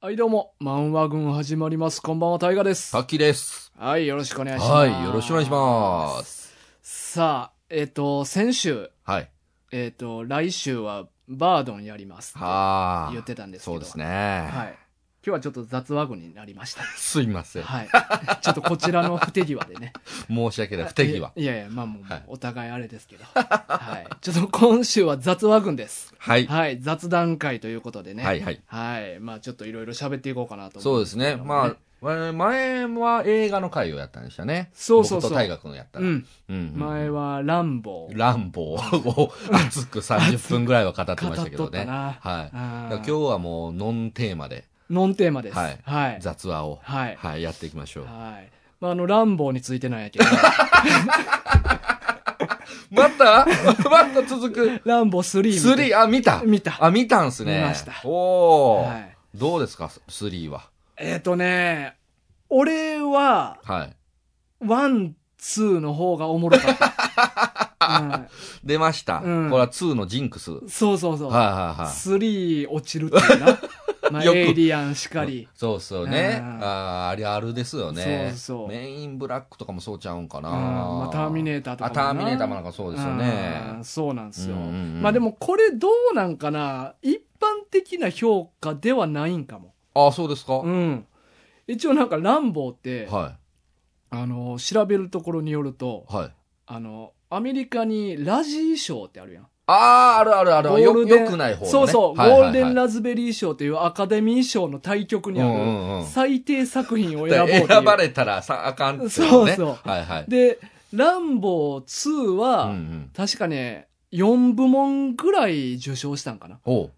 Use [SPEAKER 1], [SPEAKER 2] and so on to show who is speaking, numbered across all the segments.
[SPEAKER 1] はい、どうも。漫画軍始まります。こんばんは、タイガです
[SPEAKER 2] タ。ッキーです。
[SPEAKER 1] はい、よろしくお願いします。。
[SPEAKER 2] はい、よろしくお願いしますす。
[SPEAKER 1] さあ、えっ、と、先週、
[SPEAKER 2] はい。
[SPEAKER 1] えっ、と、来週はバードンやります。
[SPEAKER 2] はあ。
[SPEAKER 1] 言ってたんですけど
[SPEAKER 2] そうですね。
[SPEAKER 1] はい。今日はちょっと雑話語になりました。
[SPEAKER 2] すいません。
[SPEAKER 1] はい。ちょっとこちらの不手際でね。
[SPEAKER 2] 申し訳ない。不手際。
[SPEAKER 1] いやいや、まあもう、
[SPEAKER 2] はい
[SPEAKER 1] お互いあれですけど。はい。ちょっと今週は雑話群です。
[SPEAKER 2] はい。
[SPEAKER 1] はい、雑談会ということでね。
[SPEAKER 2] はい、はい。
[SPEAKER 1] はい。まあちょっといろいろ喋っていこうかなと思
[SPEAKER 2] そうですね。
[SPEAKER 1] あ
[SPEAKER 2] まあ、わ前は映画の回をやったんでしたね。
[SPEAKER 1] そうそうそう
[SPEAKER 2] 僕と大学のやった
[SPEAKER 1] う
[SPEAKER 2] ら。
[SPEAKER 1] ん。
[SPEAKER 2] うんうん
[SPEAKER 1] 前はランボー。
[SPEAKER 2] 乱暴を 熱く30分ぐらいは語ってましたけど
[SPEAKER 1] 語っとった
[SPEAKER 2] ね。
[SPEAKER 1] な
[SPEAKER 2] はい。だ
[SPEAKER 1] あ
[SPEAKER 2] から
[SPEAKER 1] ー
[SPEAKER 2] 今日はもうノンテーマで
[SPEAKER 1] ノンテーマです。は
[SPEAKER 2] はいい。
[SPEAKER 1] はい。
[SPEAKER 2] 雑話を、
[SPEAKER 1] はい。
[SPEAKER 2] はい、やっていきましょう。
[SPEAKER 1] まあ、あの、ランボーについてなんや けど、
[SPEAKER 2] また また続く
[SPEAKER 1] ランボー3見て。
[SPEAKER 2] スリー、あ、見た
[SPEAKER 1] 見た。
[SPEAKER 2] あ、見たんすね。
[SPEAKER 1] 見ました
[SPEAKER 2] おお、
[SPEAKER 1] はい
[SPEAKER 2] どうですか、スリーは。
[SPEAKER 1] えっ、とね、俺は、
[SPEAKER 2] はい。
[SPEAKER 1] ワン、ツーの方がおもろか った。
[SPEAKER 2] 出ました。
[SPEAKER 1] うん
[SPEAKER 2] これは2のジンクス。はい
[SPEAKER 1] うん、そうそうそう。
[SPEAKER 2] はいはい。
[SPEAKER 1] スリー落ちるって いうな。まあ、
[SPEAKER 2] よく
[SPEAKER 1] エイリアンしかり。
[SPEAKER 2] そうそうね。
[SPEAKER 1] うん
[SPEAKER 2] ああ、あれあるですよね。
[SPEAKER 1] そうそう
[SPEAKER 2] メインブラックとかもそうちゃうんかな。
[SPEAKER 1] うんまあターミネーターとか
[SPEAKER 2] あ、
[SPEAKER 1] もな
[SPEAKER 2] ターミネーターもなんかそうですよ
[SPEAKER 1] う
[SPEAKER 2] ね
[SPEAKER 1] ん。そうなんですよ。
[SPEAKER 2] うんうんうん
[SPEAKER 1] まあでもこれどうなんかな一般的な評価ではないんかも。
[SPEAKER 2] あそうですか、
[SPEAKER 1] うん。一応なんかランボーって、
[SPEAKER 2] は
[SPEAKER 1] あの、調べるところによると、
[SPEAKER 2] い。はい。
[SPEAKER 1] あの、アメリカにラジー賞ってあるやん。
[SPEAKER 2] ああ、あるあるある。よくよくない方のね。
[SPEAKER 1] そうそう、
[SPEAKER 2] はいはい
[SPEAKER 1] ゴー
[SPEAKER 2] はい
[SPEAKER 1] ルデンラズベリー賞というアカデミー賞の対局にあ
[SPEAKER 2] うんうん
[SPEAKER 1] る
[SPEAKER 2] うん
[SPEAKER 1] 最低作品を選ぼうという。
[SPEAKER 2] 選ばれたらさ、あかんってことね。
[SPEAKER 1] そうそう
[SPEAKER 2] はいはい。
[SPEAKER 1] で、ランボー2
[SPEAKER 2] うん
[SPEAKER 1] は、
[SPEAKER 2] うん。
[SPEAKER 1] 確かね、4部門ぐらい受賞したんかな。
[SPEAKER 2] おう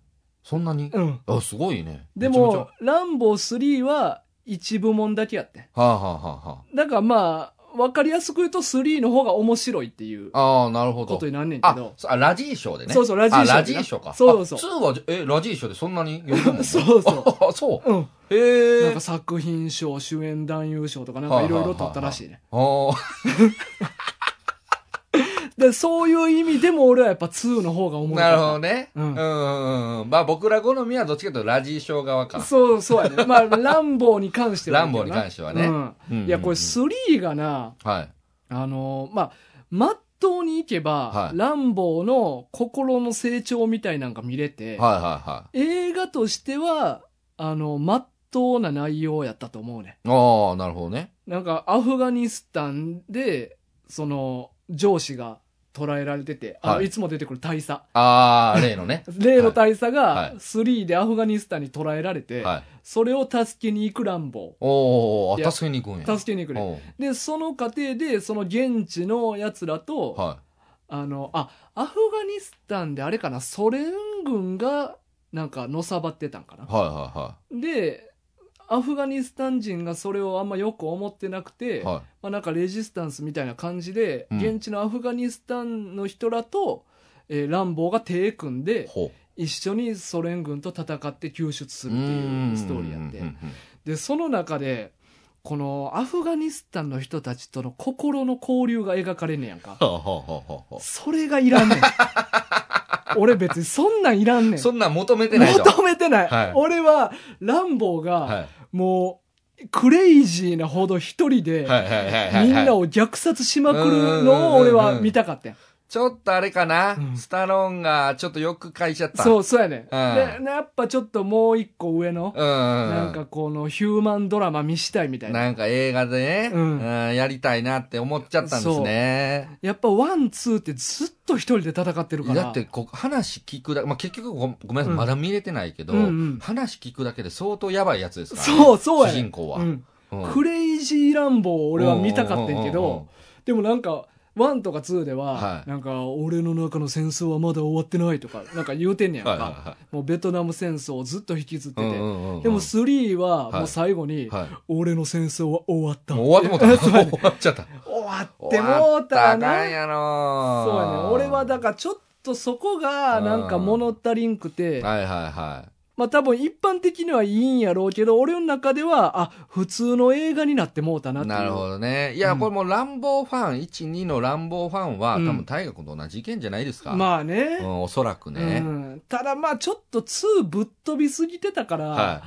[SPEAKER 2] そんなに、
[SPEAKER 1] うん。
[SPEAKER 2] あ、すごいね。
[SPEAKER 1] で
[SPEAKER 2] めちゃめ
[SPEAKER 1] も、ランボー3は1部門だけやって。
[SPEAKER 2] ちゃはあ、はあはあは
[SPEAKER 1] だからまあ、わかりやすく言うと3の方が面白いっていう
[SPEAKER 2] あ、ああ、なるほど。
[SPEAKER 1] ことになんねんけ
[SPEAKER 2] あ
[SPEAKER 1] ど。
[SPEAKER 2] そあ、ラジーショーでね。
[SPEAKER 1] そうそうラジーショーでな
[SPEAKER 2] あラジーショーか。
[SPEAKER 1] そうそう
[SPEAKER 2] あ2はじ、え、ラジーショーでそんなに読む の
[SPEAKER 1] そうそ
[SPEAKER 2] あ、そ
[SPEAKER 1] うん。
[SPEAKER 2] う。へえ。
[SPEAKER 1] なんか作品賞、主演男優賞とかなんかいろいろ取ったらしいね。
[SPEAKER 2] あー
[SPEAKER 1] で、そういう意味でも俺はやっぱ2の方が面白
[SPEAKER 2] なるほど
[SPEAKER 1] かっ
[SPEAKER 2] ね。
[SPEAKER 1] う
[SPEAKER 2] うんん。うんうん。まあ僕ら好みはどっちかというとラジーショー側
[SPEAKER 1] た。
[SPEAKER 2] か。
[SPEAKER 1] そう、そうやね。まあ、ランボーに関しては。
[SPEAKER 2] ランボーに関してはね
[SPEAKER 1] う。
[SPEAKER 2] うんん
[SPEAKER 1] いや、これ3がな、
[SPEAKER 2] はい。
[SPEAKER 1] あのー、まあ、まっとうにいけば
[SPEAKER 2] は、い
[SPEAKER 1] ランボーの心の成長みたいなんか見れて、
[SPEAKER 2] はいはいは
[SPEAKER 1] 映画としては、あの、まっとうな内容やったと思うね。
[SPEAKER 2] い。ああ、なるほどね。
[SPEAKER 1] なんか、アフガニスタンで、その、上司が捕らえられてて、あの
[SPEAKER 2] はい
[SPEAKER 1] いつも出てくる大佐。。
[SPEAKER 2] ああ、例のね
[SPEAKER 1] 例の大佐
[SPEAKER 2] はい
[SPEAKER 1] が
[SPEAKER 2] は、
[SPEAKER 1] 3でアフガニスタンに捕らえられて、
[SPEAKER 2] はい。
[SPEAKER 1] それを助けに行く乱暴。
[SPEAKER 2] お
[SPEAKER 1] い
[SPEAKER 2] ー、
[SPEAKER 1] や
[SPEAKER 2] あ助けに行くんや。
[SPEAKER 1] 助けに行くね。
[SPEAKER 2] おう
[SPEAKER 1] で、その過程で、その現地の奴らと、
[SPEAKER 2] は。。
[SPEAKER 1] あの、あ、アフガニスタンであれかな、ソ連軍が、なんか、のさばってたんかない
[SPEAKER 2] はいは
[SPEAKER 1] でアフガニスタン人がそれをあんまよく思ってなくて、
[SPEAKER 2] いはい。はい。
[SPEAKER 1] まあ、なんかレジスタンスみたいな感じで、
[SPEAKER 2] うん
[SPEAKER 1] 現地のアフガニスタンの人らと、えー、ランボーが手組んで
[SPEAKER 2] ほ
[SPEAKER 1] 一緒にソ連軍と戦って救出す
[SPEAKER 2] う。
[SPEAKER 1] るっていうストーリーやっ
[SPEAKER 2] うんうん
[SPEAKER 1] て
[SPEAKER 2] うんうん
[SPEAKER 1] でその中でこのアフガニスタンの人たちとの心の交流が描かれんねやんか
[SPEAKER 2] はあはあはあはあは
[SPEAKER 1] それがいらん ねん俺別にそんなんいらんね
[SPEAKER 2] あ
[SPEAKER 1] ん
[SPEAKER 2] そんなん求めてないと。
[SPEAKER 1] 求めてない、
[SPEAKER 2] はい
[SPEAKER 1] 俺はランボーが、
[SPEAKER 2] はい。
[SPEAKER 1] もう、クレイジーなほど一人で、
[SPEAKER 2] はいはいはいはいはい。
[SPEAKER 1] みんなを虐殺しまくるのを俺は見たかったんや
[SPEAKER 2] ちょっとあれかな、
[SPEAKER 1] うん
[SPEAKER 2] スタローンがちょっとよく書いちゃった。。
[SPEAKER 1] そうう、そうやねん。で、
[SPEAKER 2] ん
[SPEAKER 1] やっぱちょっともう一個上の、
[SPEAKER 2] うんうんうん。
[SPEAKER 1] なんかこのヒューマンドラマ見したいみたいな。
[SPEAKER 2] なんか映画でね、
[SPEAKER 1] う
[SPEAKER 2] うんんやりたいなって思っちゃったんですね。
[SPEAKER 1] やっぱワン、ツーってずっと一人で戦ってるから。
[SPEAKER 2] だってこう、話聞くだけ、まあ、結局ごごめんなさい、
[SPEAKER 1] うん
[SPEAKER 2] まだ見れてないけど、
[SPEAKER 1] うんうん
[SPEAKER 2] 話聞くだけで相当やばいやつですから、ね。
[SPEAKER 1] そう、そうやねん
[SPEAKER 2] 主人公は。
[SPEAKER 1] うん
[SPEAKER 2] うん
[SPEAKER 1] クレイジーランボーを俺は見たかったんやけ
[SPEAKER 2] うんうんうんうん
[SPEAKER 1] ど、でもなんか、ワンとかツーでは、
[SPEAKER 2] はい
[SPEAKER 1] なんか、俺の中の戦争はまだ終わってないとか、なんか言うてんねやんか。
[SPEAKER 2] はいはいは
[SPEAKER 1] もうベトナム戦争をずっと引きずってて、
[SPEAKER 2] うんうんうんうん
[SPEAKER 1] でも3は
[SPEAKER 2] はい
[SPEAKER 1] もう最後に、
[SPEAKER 2] はい
[SPEAKER 1] 俺の戦争は終わった。
[SPEAKER 2] もう終わっても うた。
[SPEAKER 1] そうやね
[SPEAKER 2] 終わっちゃった。
[SPEAKER 1] 終わってもうた
[SPEAKER 2] 終わったらあかん
[SPEAKER 1] な。
[SPEAKER 2] やろ
[SPEAKER 1] そうやね。俺はだからちょっとそこがなんか物足りんくて、
[SPEAKER 2] はいはいはい。
[SPEAKER 1] まあ多分一般的にはいいんやろうけど、俺の中では、あ、普通の映画になってもうたなっていう。
[SPEAKER 2] なるほどね。いうや、
[SPEAKER 1] ん
[SPEAKER 2] これもう乱暴ファン、1、2の乱暴ファンは、多
[SPEAKER 1] うん
[SPEAKER 2] 分大河君と同じ意見じゃないですか。
[SPEAKER 1] まあね。
[SPEAKER 2] うん、おそら
[SPEAKER 1] う
[SPEAKER 2] くね。
[SPEAKER 1] ん、ただまあちょっと2ぶっ飛びすぎてたから、
[SPEAKER 2] は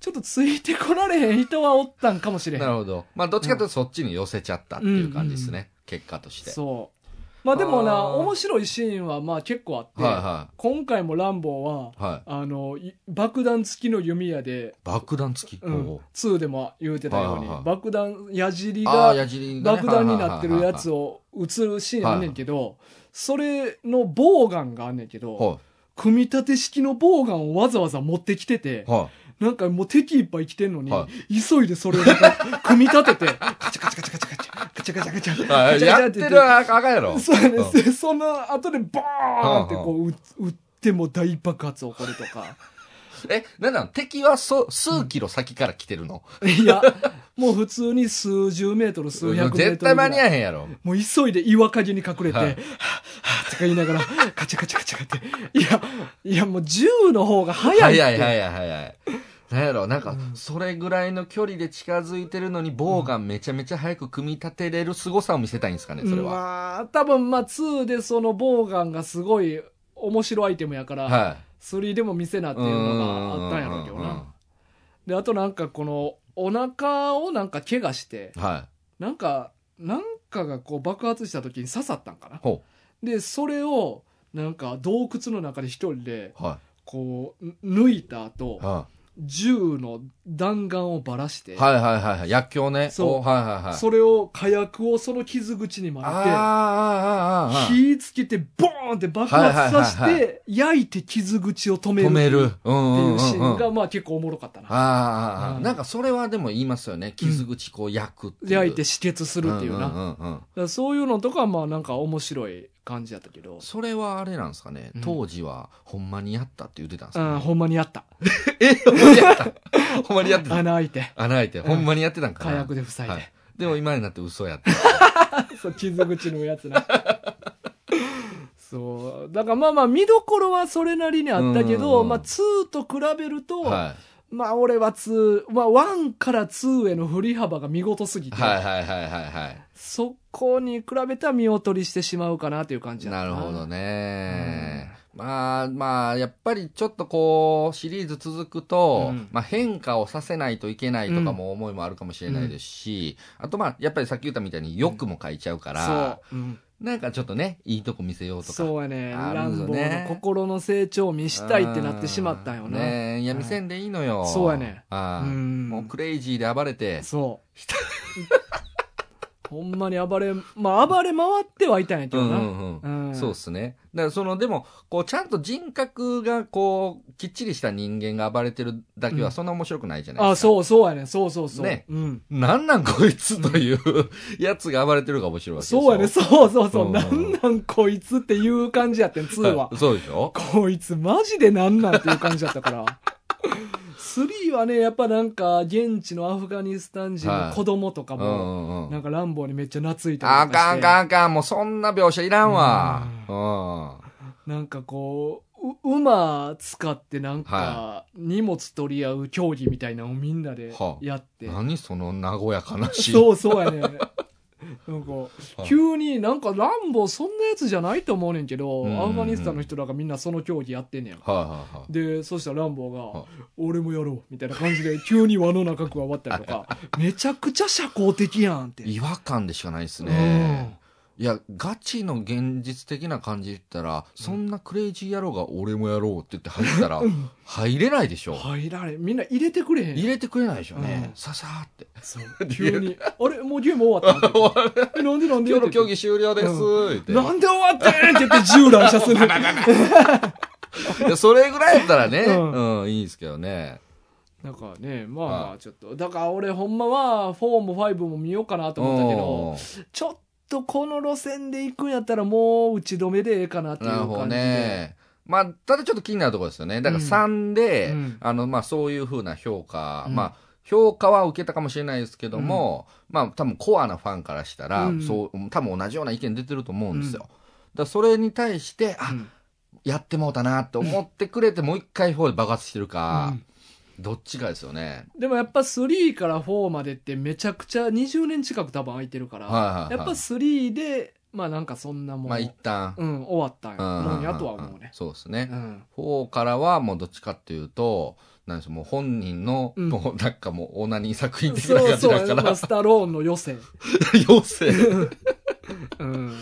[SPEAKER 1] ちょっとついてこられへん人はおったんかもし
[SPEAKER 2] い。
[SPEAKER 1] れへ
[SPEAKER 2] なる
[SPEAKER 1] ん。
[SPEAKER 2] ほど。まあ、どっちかというとそっちに寄せちゃったっていう感じですね。結果として。
[SPEAKER 1] そう。まあでもな、
[SPEAKER 2] あー
[SPEAKER 1] 面白いシーンはまあ結構あって、
[SPEAKER 2] はいは
[SPEAKER 1] 今回もランボーは、
[SPEAKER 2] い。はい。
[SPEAKER 1] あの、い爆弾付きの弓矢で、
[SPEAKER 2] 爆弾付き。
[SPEAKER 1] うん
[SPEAKER 2] おう、
[SPEAKER 1] 2でも言うてたよう
[SPEAKER 2] はい
[SPEAKER 1] に
[SPEAKER 2] はいはい、
[SPEAKER 1] 爆弾、矢尻
[SPEAKER 2] ああ、
[SPEAKER 1] が
[SPEAKER 2] 矢尻がね
[SPEAKER 1] 爆弾になってるやつ
[SPEAKER 2] を。
[SPEAKER 1] を撃つシーンあんねんけど、それのボウガンがあんねんけど、
[SPEAKER 2] は
[SPEAKER 1] 組み立て式のボウガンをわざわざ持ってきてて
[SPEAKER 2] い。、は
[SPEAKER 1] なんかもう敵いっぱい来てんのに、
[SPEAKER 2] は
[SPEAKER 1] 急いでそれをなんか組み立てて、カチャカチャカチャカチャカチャ、カチャカチャカチャ、
[SPEAKER 2] いは
[SPEAKER 1] カ
[SPEAKER 2] い。
[SPEAKER 1] チャカチャ
[SPEAKER 2] やってるはあかんやろ。
[SPEAKER 1] そうなんで
[SPEAKER 2] ん。
[SPEAKER 1] す。その後でボーンってこう、う撃っても大爆発起こるとか。
[SPEAKER 2] え、なんなん敵はそ数キロ先から来てるの、
[SPEAKER 1] いや、もう普通に数十メートル、数百メー
[SPEAKER 2] 絶
[SPEAKER 1] トル
[SPEAKER 2] 対
[SPEAKER 1] ぐらい。
[SPEAKER 2] 間に合えへんやろ。
[SPEAKER 1] もう急いで岩陰に隠れて、
[SPEAKER 2] は
[SPEAKER 1] はいぁ、はぁとか言いながら、カチャカチャカチャカチャ。いや、いやもう銃の方が早いって。
[SPEAKER 2] 早い早い早い。なんやろなんか
[SPEAKER 1] う、ん
[SPEAKER 2] それぐらいの距離で近づいてるのに、棒がめちゃめちゃ早く組み立てれる凄さを見せたいんですかね、それは。
[SPEAKER 1] まあ、多分まあ2でそのボウガンがすごい面白いアイテムやから、
[SPEAKER 2] は
[SPEAKER 1] 3でも見せなっ
[SPEAKER 2] い。
[SPEAKER 1] ていうのがあったんやろうけどな。で、あとなんかこの、お腹をなんか怪我して、
[SPEAKER 2] うん。はい。
[SPEAKER 1] なんか、なんかがこう爆発した時に刺さったんかな。
[SPEAKER 2] ほ
[SPEAKER 1] で、それを、なんか洞窟の中で一人で、
[SPEAKER 2] う。は
[SPEAKER 1] こう、抜いた後
[SPEAKER 2] い。、は
[SPEAKER 1] 銃の弾丸をばらして、
[SPEAKER 2] いはいはいはいはい。薬莢ね。
[SPEAKER 1] そう
[SPEAKER 2] おはいはいはい。
[SPEAKER 1] それを火薬をその傷口に
[SPEAKER 2] あ
[SPEAKER 1] 巻
[SPEAKER 2] ー
[SPEAKER 1] い
[SPEAKER 2] あ
[SPEAKER 1] て、
[SPEAKER 2] ー、あーあー、あー
[SPEAKER 1] 火つけてボーンって爆発させて、
[SPEAKER 2] はいはいはい
[SPEAKER 1] 焼いて傷口を止める
[SPEAKER 2] 止める。うん
[SPEAKER 1] って
[SPEAKER 2] うんうん。
[SPEAKER 1] いううんシーンがまあ結構おもろかったな、
[SPEAKER 2] ああ、
[SPEAKER 1] うん
[SPEAKER 2] なんかそれはでも言いますよね。傷口こう焼くっていう。
[SPEAKER 1] 焼いて止血するっていうな、だか
[SPEAKER 2] んんうんうん
[SPEAKER 1] らそういうのとかはまあなんか面白い感じだったけど、
[SPEAKER 2] それはあれなんですかね、
[SPEAKER 1] うん
[SPEAKER 2] 当時はほんまにやったって言ってたんです
[SPEAKER 1] うん、
[SPEAKER 2] か、ね
[SPEAKER 1] ほんまにあった
[SPEAKER 2] えほんまにやった ほんまにやってた
[SPEAKER 1] 穴開いて
[SPEAKER 2] 穴開いて、ほんまにやってたんか
[SPEAKER 1] 火
[SPEAKER 2] な、
[SPEAKER 1] 薬で塞いで、
[SPEAKER 2] はいでも今になって嘘やった。
[SPEAKER 1] そう傷口のやつなそうだからまあまあ見どころはそれなりにあったけ
[SPEAKER 2] うんう
[SPEAKER 1] ど、
[SPEAKER 2] ん
[SPEAKER 1] まあ、2と比べると、
[SPEAKER 2] は
[SPEAKER 1] まあ俺は2、まあ、1から2への振り幅が見事すぎ
[SPEAKER 2] い。
[SPEAKER 1] て、
[SPEAKER 2] はいはいはいはいはい。
[SPEAKER 1] そこに比べたら見劣りしてしまうかなという感じだ
[SPEAKER 2] なるほどね。まあまあ、やっぱりちょっとこう、シリーズ続くと、
[SPEAKER 1] うん
[SPEAKER 2] まあ変化をさせないといけないとかも思いもあるかもしれないですし、あとまあ、やっぱりさっき言ったみたいに欲も書いちゃうから、
[SPEAKER 1] そう、うん
[SPEAKER 2] なんかちょっとね、いいとこ見せようとか。
[SPEAKER 1] そうやね
[SPEAKER 2] あ
[SPEAKER 1] ラ
[SPEAKER 2] るんです
[SPEAKER 1] ン
[SPEAKER 2] よ
[SPEAKER 1] ボ
[SPEAKER 2] ね
[SPEAKER 1] ーの心の成長を見したいってなってしまったんよ
[SPEAKER 2] う
[SPEAKER 1] な、
[SPEAKER 2] ねえいや、見せんでいいのよ。
[SPEAKER 1] そうやねう
[SPEAKER 2] ああ
[SPEAKER 1] ん
[SPEAKER 2] もうクレイジーで暴れて、
[SPEAKER 1] そうほんまに暴れまあ暴れ回ってはいたんやけ
[SPEAKER 2] う
[SPEAKER 1] ど
[SPEAKER 2] んう
[SPEAKER 1] な、
[SPEAKER 2] んうん。
[SPEAKER 1] ん
[SPEAKER 2] そうですね。だからその、でも、こう、ちゃんと人格が、こう、きっちりした人間が暴れてるだけ
[SPEAKER 1] う
[SPEAKER 2] は
[SPEAKER 1] ん
[SPEAKER 2] そんな面白くないじゃない
[SPEAKER 1] あ
[SPEAKER 2] ですか。
[SPEAKER 1] そうそうやねそうそうそう、
[SPEAKER 2] ね
[SPEAKER 1] うん、
[SPEAKER 2] なんなんこいつという、やつが暴れてるが面白いわけですよ
[SPEAKER 1] そうやねそうそうそう、
[SPEAKER 2] うん
[SPEAKER 1] なんなんこいつっていう感じやってん2は、
[SPEAKER 2] いそうでしょ
[SPEAKER 1] こいつマジでなんなんっていう感じだったから。3はね、やっぱなんか、現地のアフガニスタン人の子供とか
[SPEAKER 2] うん
[SPEAKER 1] も、
[SPEAKER 2] うんう。
[SPEAKER 1] なんんかランボーにめっちゃ懐いた
[SPEAKER 2] あ
[SPEAKER 1] りと
[SPEAKER 2] か
[SPEAKER 1] か
[SPEAKER 2] んあ
[SPEAKER 1] して、
[SPEAKER 2] かんあかん、もうそんな描写いらんわ。
[SPEAKER 1] う
[SPEAKER 2] う
[SPEAKER 1] なんかこう、う馬使ってなんか
[SPEAKER 2] は、
[SPEAKER 1] 荷物取り合う競技みたいなのをみんなで
[SPEAKER 2] はあ
[SPEAKER 1] やって。
[SPEAKER 2] ん。何その和やかなシーン。
[SPEAKER 1] そうそうや ね。なんか、
[SPEAKER 2] い
[SPEAKER 1] 急になんかランボーそんなやつじゃないと思うねんけど、
[SPEAKER 2] うん
[SPEAKER 1] アフガニスタンの人らがみんなその競技やってんねやんか
[SPEAKER 2] はいはいはい。
[SPEAKER 1] で、そしたらランボー
[SPEAKER 2] は
[SPEAKER 1] が、俺もやろう、みたいな感じで、急に輪の中加わったりとか、 めちゃくちゃ社交的やんって。
[SPEAKER 2] 違和感でしかないですね。いや、ガチの現実的な感じで言ったら、そんなクレイジー野郎が俺もやろうって言って入ったら、入れないでし
[SPEAKER 1] うん
[SPEAKER 2] ょ。
[SPEAKER 1] 入られ、みんな入れてくれへん
[SPEAKER 2] 入
[SPEAKER 1] やん。
[SPEAKER 2] れてくれないでしょね。
[SPEAKER 1] うん
[SPEAKER 2] ささーって。
[SPEAKER 1] そう急に、あれもうゲーム終わったの えなんでなんで
[SPEAKER 2] 今日の競
[SPEAKER 1] って
[SPEAKER 2] 技終了です。って
[SPEAKER 1] 言ってなんで終わってんって言って銃乱射する。
[SPEAKER 2] いやそれぐらいやったらね、
[SPEAKER 1] う
[SPEAKER 2] うん、いいですけどね。
[SPEAKER 1] だからね、まあま
[SPEAKER 2] は
[SPEAKER 1] あちょっと、だから俺ほんまは4も5も見ようかなと思ったけど、ちょっとこの路線で行くんやったらもう打ち止めでええかなって
[SPEAKER 2] う
[SPEAKER 1] い
[SPEAKER 2] ん
[SPEAKER 1] う
[SPEAKER 2] なる
[SPEAKER 1] 感
[SPEAKER 2] ほ
[SPEAKER 1] じ
[SPEAKER 2] ど
[SPEAKER 1] で。
[SPEAKER 2] ね。まあ、ただちょっと気になるところですよね。だから
[SPEAKER 1] うん
[SPEAKER 2] 3で、
[SPEAKER 1] うん
[SPEAKER 2] あの、まあそういうふうな評価、
[SPEAKER 1] うん
[SPEAKER 2] まあ評価は受けたかもしれないですけども、まあ多分コアなファンからしたら、
[SPEAKER 1] うん
[SPEAKER 2] そう、多分同じような意見出てると思うんですよ。だからそれに対して、あ、
[SPEAKER 1] うん
[SPEAKER 2] やってもうたなって思ってくれて、もう一回4で爆発してるか
[SPEAKER 1] う、ん
[SPEAKER 2] どっちかですよね。
[SPEAKER 1] でもやっぱ3から4までってめちゃくちゃ20年近く多分空いてるから、
[SPEAKER 2] はいはいはい
[SPEAKER 1] やっぱ3でまあなんかそんなもん、
[SPEAKER 2] まあ一旦。
[SPEAKER 1] うん、終わったんや
[SPEAKER 2] うん
[SPEAKER 1] もんやとは思うね。
[SPEAKER 2] そうですね
[SPEAKER 1] う。ん
[SPEAKER 2] 4からはもうどっちかっていうと、なんでしょう、もう本人の、
[SPEAKER 1] うん
[SPEAKER 2] もうなんかもうオナニー作品的な
[SPEAKER 1] そう
[SPEAKER 2] 感じ
[SPEAKER 1] そう
[SPEAKER 2] だか、
[SPEAKER 1] まあ
[SPEAKER 2] ら、
[SPEAKER 1] スタローンの余生。
[SPEAKER 2] 妖精。
[SPEAKER 1] うん、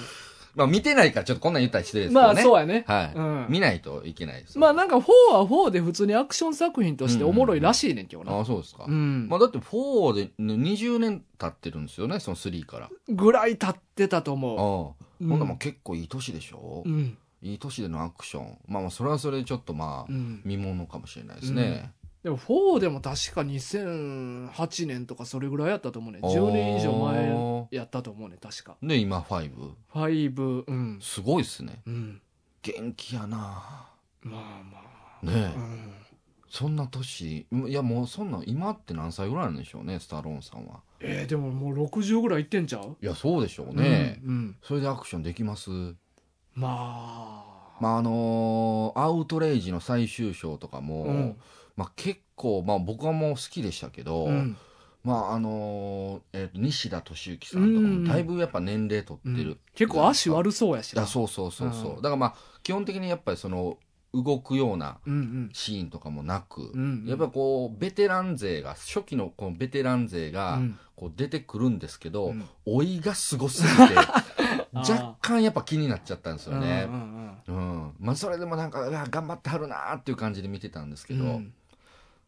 [SPEAKER 2] まあ見てないからちょっとこんなん言ったりしてるですけどね。
[SPEAKER 1] まあそうやね。
[SPEAKER 2] はい、
[SPEAKER 1] うん
[SPEAKER 2] 見ないといけないです。
[SPEAKER 1] まあなんか4は4で普通にアクション作品としておもろいらしいねんけど
[SPEAKER 2] あ
[SPEAKER 1] な。
[SPEAKER 2] あ、そうですか。
[SPEAKER 1] うん
[SPEAKER 2] まあだって4で20年経ってるんですよね、その3から。あ
[SPEAKER 1] ぐらい経ってたと思う。
[SPEAKER 2] あ。
[SPEAKER 1] うん
[SPEAKER 2] ほんならもう結構いい年でしょ、
[SPEAKER 1] うん
[SPEAKER 2] いい年でのアクション。まあまあそれはそれでちょっとま
[SPEAKER 1] う
[SPEAKER 2] あ、
[SPEAKER 1] ん、
[SPEAKER 2] 見ものかもしれないですね。
[SPEAKER 1] でも4でも確か2008年とかそれぐらいやったと思うね10年以上前
[SPEAKER 2] 前。
[SPEAKER 1] やったと思うね確か
[SPEAKER 2] で、今 5?
[SPEAKER 1] 5うん、
[SPEAKER 2] すごいですね。
[SPEAKER 1] うん、
[SPEAKER 2] 元気やな
[SPEAKER 1] まあま
[SPEAKER 2] ねえ、
[SPEAKER 1] あ、うん、
[SPEAKER 2] そんな年いやもうそんな今って何歳ぐらいなんでしょうねスタローンさんは
[SPEAKER 1] えー、でももう60ぐらいいってんちゃう
[SPEAKER 2] いやそうでしょうね、
[SPEAKER 1] うんうん
[SPEAKER 2] それでアクションできます
[SPEAKER 1] まあ
[SPEAKER 2] まああのーアウトレイジの最終章とかも、
[SPEAKER 1] うん
[SPEAKER 2] まあ、結構、まあ、僕はもう好きでしたけど、
[SPEAKER 1] うん
[SPEAKER 2] まああのーえーと西田敏行さんとか
[SPEAKER 1] うん
[SPEAKER 2] もだいぶやっぱ年齢取っ
[SPEAKER 1] う
[SPEAKER 2] て
[SPEAKER 1] ん
[SPEAKER 2] る、
[SPEAKER 1] 結構足悪そうやし
[SPEAKER 2] いやそうそうそうそう、だからまあ基本的にやっぱりその動くような
[SPEAKER 1] う、うん
[SPEAKER 2] シーンとかもなく、
[SPEAKER 1] うんうん、
[SPEAKER 2] やっぱこうベテラン勢が初期のこのベテラン勢が
[SPEAKER 1] うん
[SPEAKER 2] こう出てくるんですけど、
[SPEAKER 1] うん
[SPEAKER 2] 老いがすごすぎ て若干やっぱ気になっちゃったんですよね
[SPEAKER 1] う。んうんうん
[SPEAKER 2] うんまあ、それでもなんかうわ頑張ってはるなーっていう感じで見てたんですけど、
[SPEAKER 1] うん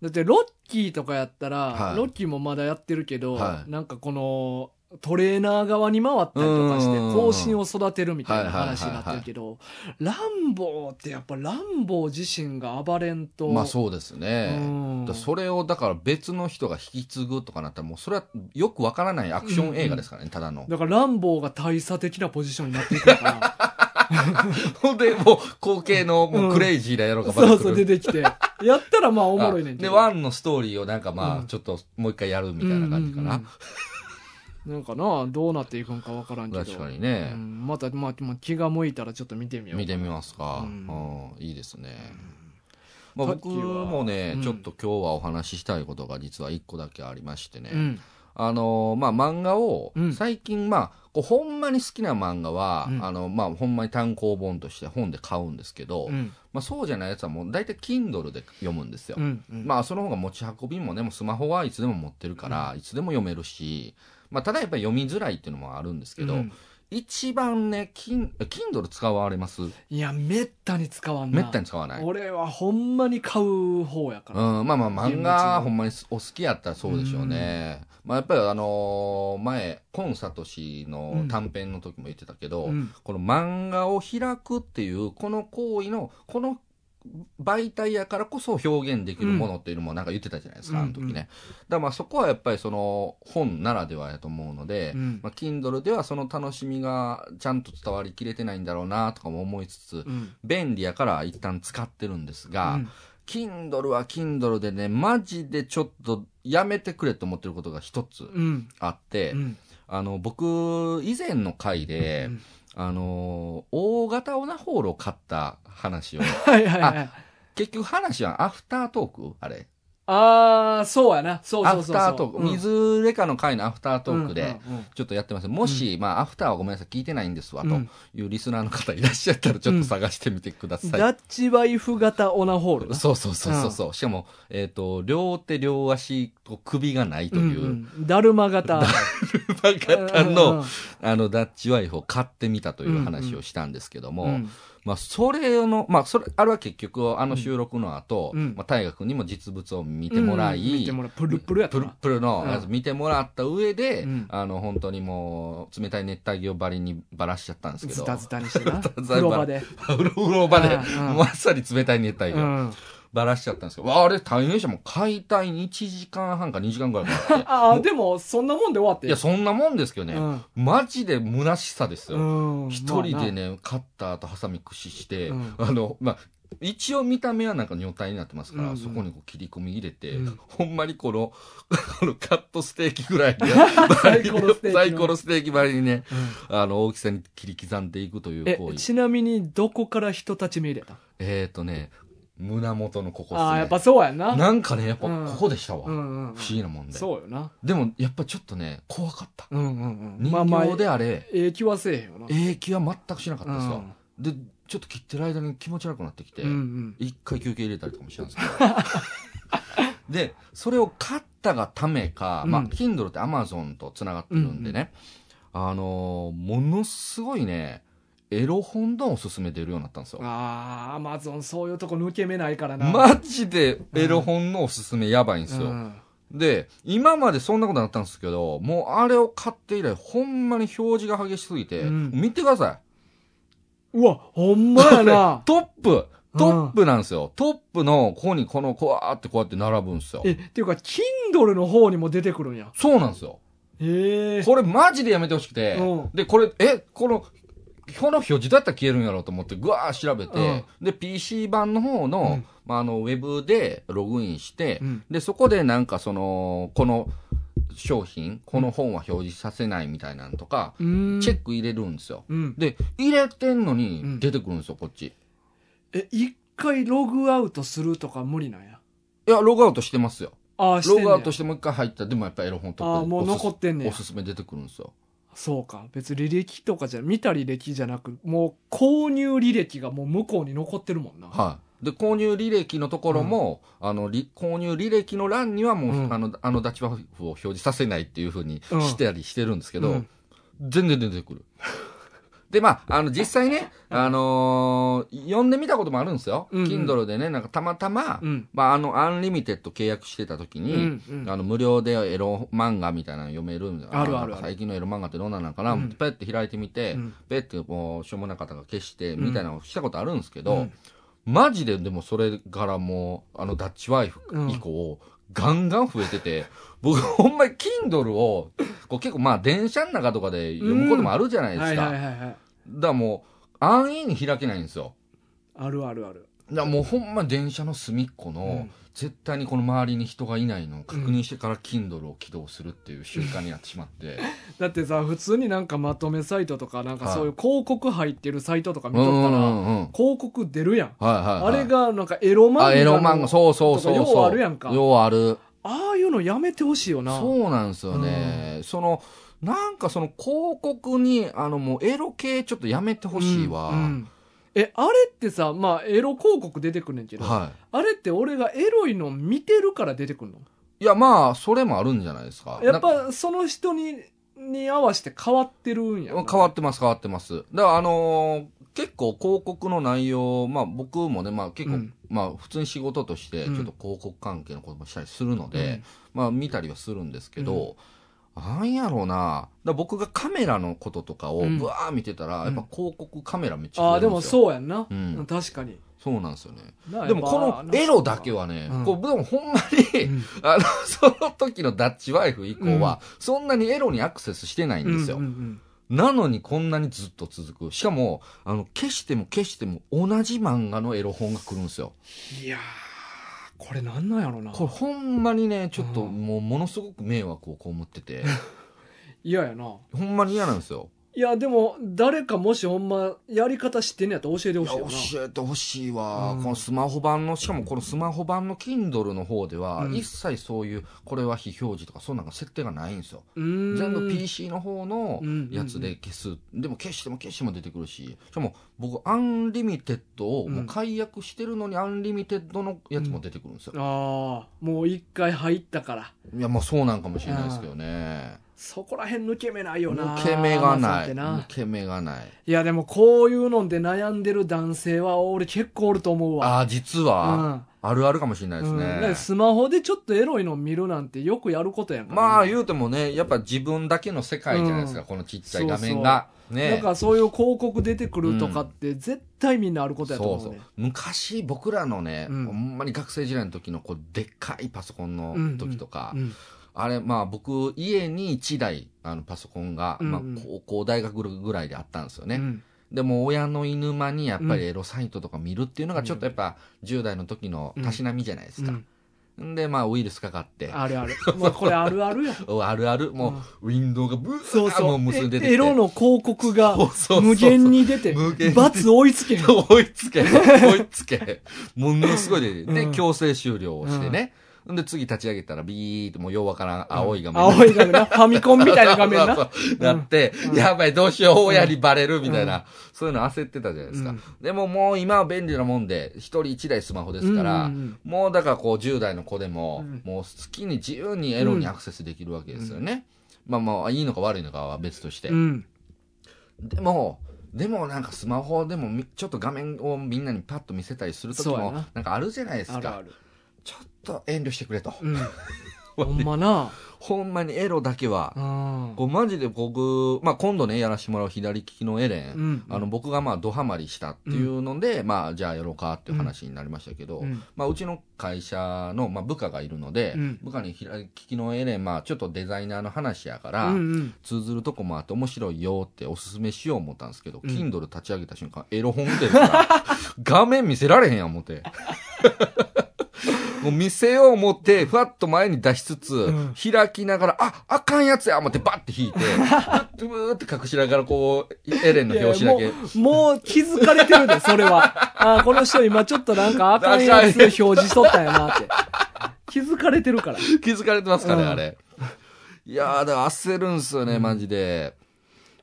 [SPEAKER 1] だってロッキーとかやったら、
[SPEAKER 2] はい
[SPEAKER 1] ロッキーもまだやってるけど、
[SPEAKER 2] はい
[SPEAKER 1] なんかこのトレーナー側に回ったりとかして
[SPEAKER 2] うんうんうん
[SPEAKER 1] 後進を育てるみたいな
[SPEAKER 2] はいはいはいはい
[SPEAKER 1] 話になってるけど、ランボーってやっぱランボー自身が暴れんと、
[SPEAKER 2] まあそうですね、
[SPEAKER 1] うん
[SPEAKER 2] だからそれをだから別の人が引き継ぐとかなったらもうそれはよくわからないアクション映画ですからね、ただの。
[SPEAKER 1] だからランボーが大佐的なポジションになっていくの か
[SPEAKER 2] ほんでもう後継のもうクレイジーな野郎
[SPEAKER 1] ら
[SPEAKER 2] が
[SPEAKER 1] そ
[SPEAKER 2] バ
[SPEAKER 1] う
[SPEAKER 2] ッ
[SPEAKER 1] そう
[SPEAKER 2] ク
[SPEAKER 1] 出てきてやったらまあおもろいねんけ
[SPEAKER 2] で
[SPEAKER 1] ど
[SPEAKER 2] ワンのストーリーをなんかま
[SPEAKER 1] う
[SPEAKER 2] あ
[SPEAKER 1] ん
[SPEAKER 2] ちょっともう一回やるみたいな感じかな。
[SPEAKER 1] うんうんうん なんかなどうなっていくんかわからんけど
[SPEAKER 2] 確かにね、
[SPEAKER 1] うんまた、まあ、まあ気が向いたらちょっと見てみよう
[SPEAKER 2] 見てみますか、
[SPEAKER 1] う
[SPEAKER 2] うんんいいですね、まあ、
[SPEAKER 1] さっき
[SPEAKER 2] 僕
[SPEAKER 1] は
[SPEAKER 2] もね、
[SPEAKER 1] うん
[SPEAKER 2] ちょっと今日はお話ししたいことが実は1個だけありましてね、
[SPEAKER 1] うん
[SPEAKER 2] あのまあ漫画を
[SPEAKER 1] うん
[SPEAKER 2] 最近まあこうほんまに好きな漫画は、
[SPEAKER 1] うん
[SPEAKER 2] あのまあほんまに単行本として本で買うんですけど、
[SPEAKER 1] うん
[SPEAKER 2] まあ、そうじゃないやつはもう大体 Kindle で読むんですよ、
[SPEAKER 1] うんうん
[SPEAKER 2] まあその方が持ち運びもねもうスマホはいつでも持ってるから、いつでも読めるし、まあ、ただやっぱり読みづらいっていうのもあるんですけど、
[SPEAKER 1] うん
[SPEAKER 2] 一番ね、キン、Kindle 使われます
[SPEAKER 1] いやめったに使わんな
[SPEAKER 2] めったに使わない。うん、
[SPEAKER 1] 俺はほんまに買う方やから
[SPEAKER 2] まあまあ漫
[SPEAKER 1] 現物の
[SPEAKER 2] 画、ほんまにお好きやったらそうでしょうね。まあやっぱりあのー前、コンサトシの短編の時も言ってたけど、
[SPEAKER 1] うん
[SPEAKER 2] この漫画を開くっていう、この行為の、この媒体やからこそ表現できるものっていうのもなんか言ってたじゃないですか、
[SPEAKER 1] うん
[SPEAKER 2] あの時ね。だからまあそこはやっぱりその本ならではやと思うので、
[SPEAKER 1] うん
[SPEAKER 2] まあ、Kindle ではその楽しみがちゃんと伝わりきれてないんだろうなとかも思いつつ、
[SPEAKER 1] うん
[SPEAKER 2] 便利やから一旦使ってるんですが、
[SPEAKER 1] うん
[SPEAKER 2] Kindle は Kindle でね、マジでちょっとやめてくれと思ってることが一つ
[SPEAKER 1] うん
[SPEAKER 2] あって、
[SPEAKER 1] うん
[SPEAKER 2] あの、僕、以前の回で、
[SPEAKER 1] うん
[SPEAKER 2] あの、大型オナホールを買った話 を、
[SPEAKER 1] はいはいはい
[SPEAKER 2] 結局話はアフタートークあれ
[SPEAKER 1] ああそうやなそうそうそうそう
[SPEAKER 2] アフタートーク、
[SPEAKER 1] うん
[SPEAKER 2] 水レカの回のアフタートークで、
[SPEAKER 1] うんうんうん
[SPEAKER 2] ちょっとやってます。もし、まあ、アフターはごめんなさい、聞いてないんですわ、
[SPEAKER 1] う
[SPEAKER 2] と
[SPEAKER 1] ん
[SPEAKER 2] いうリスナーの方いらっしゃったら、ちょっと探してみてください。
[SPEAKER 1] ダッチワイフ型オナホールな
[SPEAKER 2] そうそうそうそうそう。しかも、えっ、と、両手両足、こう首がないという、
[SPEAKER 1] んうんだるま 型
[SPEAKER 2] 馬方
[SPEAKER 1] うんうん
[SPEAKER 2] の、あの、ダッチワイフを買ってみたという話をしたんですけども、
[SPEAKER 1] うん
[SPEAKER 2] まあ、それの、まあ、それ、あれは結局、あの収録の後、
[SPEAKER 1] うん
[SPEAKER 2] まあ、大河君にも実物を見てもらい、
[SPEAKER 1] うん見てもらうプルプルやった
[SPEAKER 2] プル
[SPEAKER 1] な
[SPEAKER 2] プルのやつ見てもらった上で、
[SPEAKER 1] うん
[SPEAKER 2] あの本当にもう冷たい熱帯魚ばりにばらしちゃったんですけ
[SPEAKER 1] ズ
[SPEAKER 2] ど
[SPEAKER 1] タズタにしてな
[SPEAKER 2] ズタズタ
[SPEAKER 1] 風呂場で
[SPEAKER 2] うろうろ場で
[SPEAKER 1] うんうん
[SPEAKER 2] まさに冷たい熱帯
[SPEAKER 1] う
[SPEAKER 2] 魚
[SPEAKER 1] ん
[SPEAKER 2] ばらしちゃったんですけど、わああれ大変でしたもう解体に1時間半か2時間ぐらいかかって
[SPEAKER 1] ああでもそんなもんで終わ って
[SPEAKER 2] いやそんなもんですけどね、マジで虚しさですよ、
[SPEAKER 1] うん
[SPEAKER 2] 一人で
[SPEAKER 1] ね
[SPEAKER 2] ね、カッターとハサミ駆使して、
[SPEAKER 1] うん
[SPEAKER 2] あの、まあ、一応見た目はなんか女体になってますから、
[SPEAKER 1] うんうん
[SPEAKER 2] そこにこう切り込み入れて、
[SPEAKER 1] うん
[SPEAKER 2] ほんまにこのこのカットステーキぐらいの
[SPEAKER 1] サイコロステーキの
[SPEAKER 2] サイコロステーキばりにねあの大きさに切り刻んでいくという
[SPEAKER 1] え
[SPEAKER 2] 行為
[SPEAKER 1] ちなみにどこから人たち目入れた
[SPEAKER 2] えっ、とね胸元のここっすね
[SPEAKER 1] ああやっぱそうやな
[SPEAKER 2] なんかねやっぱ
[SPEAKER 1] うん
[SPEAKER 2] ここでしたわ、
[SPEAKER 1] うんう
[SPEAKER 2] 不
[SPEAKER 1] んうん
[SPEAKER 2] 思議なもんで
[SPEAKER 1] そうよな
[SPEAKER 2] でもやっぱちょっとね怖かった
[SPEAKER 1] うんうんうん
[SPEAKER 2] 人
[SPEAKER 1] まあまあ
[SPEAKER 2] 形であれ
[SPEAKER 1] ええ気はせえへんよな
[SPEAKER 2] 影気は全くしなかったですわ、
[SPEAKER 1] うん
[SPEAKER 2] でちょっと切ってる間に気持ち悪くなってきて、
[SPEAKER 1] うんうん
[SPEAKER 2] 一回休憩入れたりとかもしたんで すけどでそれを買ったがためか、まあ
[SPEAKER 1] うん
[SPEAKER 2] Kindle って Amazon とつながってるんでね、あのーものすごいねエロ本どんを勧めてるようになったんですよ
[SPEAKER 1] ああアマゾンそういうとこ抜け目ないからな
[SPEAKER 2] マジでエロ本のおすすめやばいんです
[SPEAKER 1] う
[SPEAKER 2] よ、
[SPEAKER 1] ん
[SPEAKER 2] で今までそんなことなったんですけどもうあれを買って以来ほんまに表示が激しすぎて、
[SPEAKER 1] うん
[SPEAKER 2] 見てくださいう
[SPEAKER 1] わほんまや な
[SPEAKER 2] トップトップなんですよ、トップのここにこのこわーってこうやって並ぶんですよ
[SPEAKER 1] えっていうか Kindle の方にも出てくるんや
[SPEAKER 2] そうなんですよ
[SPEAKER 1] へえ
[SPEAKER 2] これマジでやめてほしくて、
[SPEAKER 1] うん
[SPEAKER 2] で、これ、え、この、この表示どうやったら消えるんやろうと思って、ぐわー調べて、で、PC 版の方の、
[SPEAKER 1] うん
[SPEAKER 2] まあ、あの、ウェブでログインして、
[SPEAKER 1] うん
[SPEAKER 2] で、そこでなんかその、この商品、この本は表示させないみたいなのとか、
[SPEAKER 1] うーん
[SPEAKER 2] チェック入れるんですよ。
[SPEAKER 1] うん
[SPEAKER 2] で、入れてんの
[SPEAKER 1] う
[SPEAKER 2] に
[SPEAKER 1] ん
[SPEAKER 2] 出てくるんですよ、こっち。い
[SPEAKER 1] え一回ログアウトするとか無理なんや
[SPEAKER 2] や、ログアウトしてますよ。
[SPEAKER 1] ああしてんね
[SPEAKER 2] ロ
[SPEAKER 1] や
[SPEAKER 2] グアウトしてもう一回入ったら、でもやっぱエロ本トップ
[SPEAKER 1] ああもう残ってんね
[SPEAKER 2] お
[SPEAKER 1] や
[SPEAKER 2] すすめ出てくるんですよ。
[SPEAKER 1] そうか別に履歴とかじゃ見た履歴じゃなくもう購入履歴がもう向こうに残ってるもんな
[SPEAKER 2] はい。で、購入履歴のところも、あの、り購入履歴の欄にはもう、
[SPEAKER 1] うん
[SPEAKER 2] あの、あのダチバフを表示させないっていうふうに
[SPEAKER 1] うん
[SPEAKER 2] したりしてるんですけど、
[SPEAKER 1] うん
[SPEAKER 2] 全然出てくる。 で、まあ、あの、実際ね、あのー読んでみたこともあるんですよ。
[SPEAKER 1] うんうん
[SPEAKER 2] Kindle でね、なんかたまたま、
[SPEAKER 1] うん
[SPEAKER 2] まあ、あの、アンリミテッド契約してた時に、
[SPEAKER 1] うんうん
[SPEAKER 2] あの無料でエロ漫画みたいなの読めるみたいな
[SPEAKER 1] あるあるある
[SPEAKER 2] なんか最近のエロ漫画ってどんなんなんかな、
[SPEAKER 1] うん
[SPEAKER 2] ペッて開いてみて、
[SPEAKER 1] うん
[SPEAKER 2] ペッてもうしょうもなかったから消して
[SPEAKER 1] うん
[SPEAKER 2] みたいなのをしたことあるんですけど、
[SPEAKER 1] うん
[SPEAKER 2] マジででもそれからもうあのダッチワイフ以降、ガンガン増えてて 僕ほんまに Kindle をこう結構まあ電車の中とかで読むこともあるじゃないですか、
[SPEAKER 1] はいはいはいはい
[SPEAKER 2] だからもう安易に開けないんですよ
[SPEAKER 1] あるあるある
[SPEAKER 2] だからもうほんま電車の隅っこの、
[SPEAKER 1] うん
[SPEAKER 2] 絶対にこの周りに人がいないのを確認してから Kindle を起動するっていう習慣になってしまって、
[SPEAKER 1] だってさ普通になんかまとめサイトとかなんか
[SPEAKER 2] はい
[SPEAKER 1] そういう広告入ってるサイトとか見
[SPEAKER 2] うん、う
[SPEAKER 1] とった
[SPEAKER 2] んう
[SPEAKER 1] ら、
[SPEAKER 2] んうん
[SPEAKER 1] 広告出るやん、
[SPEAKER 2] はいはい、はい、
[SPEAKER 1] あれがなんかエロ漫画の
[SPEAKER 2] あエロ漫画そうそうそうそう
[SPEAKER 1] とかようあるやんか
[SPEAKER 2] ようある
[SPEAKER 1] ああいうのやめてほしいよな
[SPEAKER 2] そうなんですよね、そのなんかその広告にあのもうエロ系ちょっとやめてほしいわ、
[SPEAKER 1] うんうんえあれってさまあエロ広告出てくんねんけど、
[SPEAKER 2] は
[SPEAKER 1] あれって俺がエロいの見てるから出てくんの
[SPEAKER 2] いいやまあそれもあるんじゃないですか
[SPEAKER 1] やっ
[SPEAKER 2] なんか
[SPEAKER 1] ぱその人にに合わせて変わってるんや
[SPEAKER 2] 変わ
[SPEAKER 1] っ
[SPEAKER 2] ってます変わってますだからあのー結構広告の内容、まあ僕もね、まあ結構、
[SPEAKER 1] うん
[SPEAKER 2] まあ普通に仕事として、ち
[SPEAKER 1] う
[SPEAKER 2] ょ
[SPEAKER 1] ん
[SPEAKER 2] っと広告関係のこともしたりするので、まあ見たりはするんですけど、なんやろうな。だ僕がカメラのこととかを
[SPEAKER 1] うん
[SPEAKER 2] ブワー見てたら、
[SPEAKER 1] うん
[SPEAKER 2] やっぱ広告カメラめっちゃ
[SPEAKER 1] あ
[SPEAKER 2] 増
[SPEAKER 1] あ
[SPEAKER 2] え
[SPEAKER 1] で
[SPEAKER 2] るん
[SPEAKER 1] も
[SPEAKER 2] ですよ。
[SPEAKER 1] そうやんな、
[SPEAKER 2] うん
[SPEAKER 1] うん確かに
[SPEAKER 2] そうなんですよね。
[SPEAKER 1] な
[SPEAKER 2] でもこのエロだけ、はね、
[SPEAKER 1] うん
[SPEAKER 2] こうでもほん
[SPEAKER 1] や
[SPEAKER 2] ま
[SPEAKER 1] っぱ
[SPEAKER 2] に、
[SPEAKER 1] な
[SPEAKER 2] あの、その時のダッチワイフ以降は、そんなにエロにアクセスしてないんですよ。
[SPEAKER 1] うんうんうん
[SPEAKER 2] なのにこんなにずっと続く。しかも、あの、消しても消しても同じ漫画のエロ本が来るんですよ。
[SPEAKER 1] いやーこれなんなんやろな
[SPEAKER 2] これほんまにね、ちょっと
[SPEAKER 1] うん
[SPEAKER 2] もうものすごく迷惑を被ってて、
[SPEAKER 1] 嫌ややな
[SPEAKER 2] ほんまに嫌なんですよ。
[SPEAKER 1] いやでも誰かもしほんまやり方知ってんねやったら教えてほ
[SPEAKER 2] いや
[SPEAKER 1] しいよ
[SPEAKER 2] 教えてほしいわ、
[SPEAKER 1] うん
[SPEAKER 2] このスマホ版のしかもこのスマホ版の Kindle の方では、
[SPEAKER 1] うん
[SPEAKER 2] 一切そういうこれは非表示とかそんなんが設定がないんですよ、
[SPEAKER 1] な
[SPEAKER 2] 全部
[SPEAKER 1] ー
[SPEAKER 2] PC の方のやつで消す、でも消しても消しても出てくるししかも僕アンリミテッドをもう解約してるのにアンリミテッドのやつも出てくるんですよ、
[SPEAKER 1] ああもう一回入ったから
[SPEAKER 2] いやまあそうなんかもしれないですけどね
[SPEAKER 1] そこら辺抜け目ないよな
[SPEAKER 2] 抜け目がない
[SPEAKER 1] マサって
[SPEAKER 2] 抜け目がない
[SPEAKER 1] いやでもこういうので悩んでる男性は俺結構おると思うわ
[SPEAKER 2] ああ実は、あるあるかもしれないで
[SPEAKER 1] う
[SPEAKER 2] す
[SPEAKER 1] ん
[SPEAKER 2] ね、
[SPEAKER 1] だからスマホでちょっとエロいの見るなんてよくやることやんから
[SPEAKER 2] まあ言うてもね、やっぱ自分だけの世界じゃないですか、
[SPEAKER 1] うん
[SPEAKER 2] このちっちゃい画面が。ね
[SPEAKER 1] なんかそういう広告出てくるとかって絶対みんなあることやと
[SPEAKER 2] そう
[SPEAKER 1] 思
[SPEAKER 2] そうう
[SPEAKER 1] ね。
[SPEAKER 2] 昔僕らのね、
[SPEAKER 1] うん
[SPEAKER 2] ほんまに学生時代の時のこうでっかいパソコンの時とか、
[SPEAKER 1] うん
[SPEAKER 2] あれまあ僕家に1台あのパソコンが、
[SPEAKER 1] うんうん
[SPEAKER 2] まあ高校大学ぐらいであったんですよね。
[SPEAKER 1] うん
[SPEAKER 2] でも親の犬間にやっぱりエロサイトとか見るっていうのがちょっとやっぱ10代の時のたしなみじゃないですか。んで、まあ、ウイルスかかって、
[SPEAKER 1] あるある。もうこれあるある や。
[SPEAKER 2] おあるある、もう、ウィンドウがブワ
[SPEAKER 1] そう
[SPEAKER 2] ーも
[SPEAKER 1] そうう。
[SPEAKER 2] 結んで出て
[SPEAKER 1] え
[SPEAKER 2] きて。
[SPEAKER 1] エロの広告が
[SPEAKER 2] そうそうそう
[SPEAKER 1] 無限に出て
[SPEAKER 2] 無限、に
[SPEAKER 1] 罰追いつけへん。
[SPEAKER 2] 追い つけ、追いつけ。ものすごい出て。
[SPEAKER 1] う
[SPEAKER 2] で、
[SPEAKER 1] ん
[SPEAKER 2] 強制終了をしてね。んで、次立ち上げたら、ビーって、もうようわからん、青い画面。
[SPEAKER 1] 青い画面 な。ファミコンみたいな画面な。
[SPEAKER 2] そうそうなって、やばい、どうしよう、親にバレるみたいな、そういうの焦ってたじゃないですか。
[SPEAKER 1] うん
[SPEAKER 2] でももう今は便利なもんで、一人一台スマホですから、
[SPEAKER 1] うんうんうん
[SPEAKER 2] もうだからこう10代の子でも、
[SPEAKER 1] うん
[SPEAKER 2] もう好きに自由にエロにアクセスできるわけですよね。まあまあ、いいのか悪いのかは別として。
[SPEAKER 1] うん。
[SPEAKER 2] でも、でもなんかスマホでもみちょっと画面をみんなにパッと見せたりする時
[SPEAKER 1] そうや
[SPEAKER 2] も
[SPEAKER 1] な
[SPEAKER 2] なんかあるじゃないです
[SPEAKER 1] ある
[SPEAKER 2] か。
[SPEAKER 1] ある。
[SPEAKER 2] ちょっと遠慮してくれと。
[SPEAKER 1] うん。ほんまな。
[SPEAKER 2] ほんまにエロだけは
[SPEAKER 1] うん。
[SPEAKER 2] こうマジで僕、まあ、今度ねやらしてもらう左利きのエレン、
[SPEAKER 1] うん
[SPEAKER 2] あの僕がまあドハマりしたっていうので、まあ、じゃあやろうかっていう話になりましたけど、
[SPEAKER 1] うん
[SPEAKER 2] まあ、うちの会社の、まあ、部下がいるので、
[SPEAKER 1] うん
[SPEAKER 2] 部下に左利きのエレン、まあ、ちょっとデザイナーの話やか
[SPEAKER 1] う
[SPEAKER 2] ら、
[SPEAKER 1] んうん。
[SPEAKER 2] 通ずるとこもあって面白いよっておすすめしよう思ったんですけど、
[SPEAKER 1] うん
[SPEAKER 2] Kindle 立ち上げた瞬間エロ本出てるから 画面見せられへんやん思って。もう見せよう思って、ふわっと前に出しつつ、
[SPEAKER 1] ん
[SPEAKER 2] 開きながら、あ、あかんやつや思ってバッて引いて、ブーって隠しながらこう、エレンの表紙だ
[SPEAKER 1] いや
[SPEAKER 2] け
[SPEAKER 1] いや。もう、もう気づかれてる で、それは。あーこの人今ちょっとなんかあかんやつ表示しとったんや なって。気づかれてるから。
[SPEAKER 2] 気づかれてますかね、
[SPEAKER 1] うん
[SPEAKER 2] あれ。いやー、だから焦るんすよね、マジで。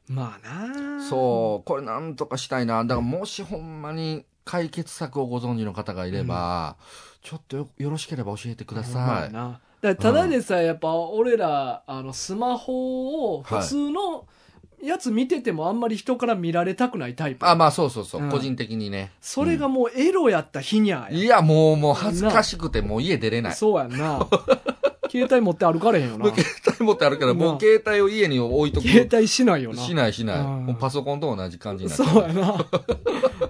[SPEAKER 1] まあな
[SPEAKER 2] そう、これなんとかしたいな。だからもしほんまに解決策をご存知の方がいれば、ちょっとよよろしければ教えてくだ
[SPEAKER 1] ほんま
[SPEAKER 2] さ
[SPEAKER 1] や
[SPEAKER 2] い。
[SPEAKER 1] なだからただでさえやっぱ俺らあのスマホを普通のやつ見ててもあんまり人から見られたくないタイプ、
[SPEAKER 2] あ、まあそうそうそう、
[SPEAKER 1] うん
[SPEAKER 2] 個人的にね。
[SPEAKER 1] それがもうエロやった日にゃや
[SPEAKER 2] いや、もう、もう恥ずかしくて、もう家出れない。
[SPEAKER 1] そうやん な携帯持って歩かれへんよな
[SPEAKER 2] もう携帯持ってあるから、もう携帯を家に置いとく。
[SPEAKER 1] 携帯しないよな
[SPEAKER 2] しないしない。
[SPEAKER 1] うん
[SPEAKER 2] もうパソコンと同じ感じになっちゃ
[SPEAKER 1] そうやな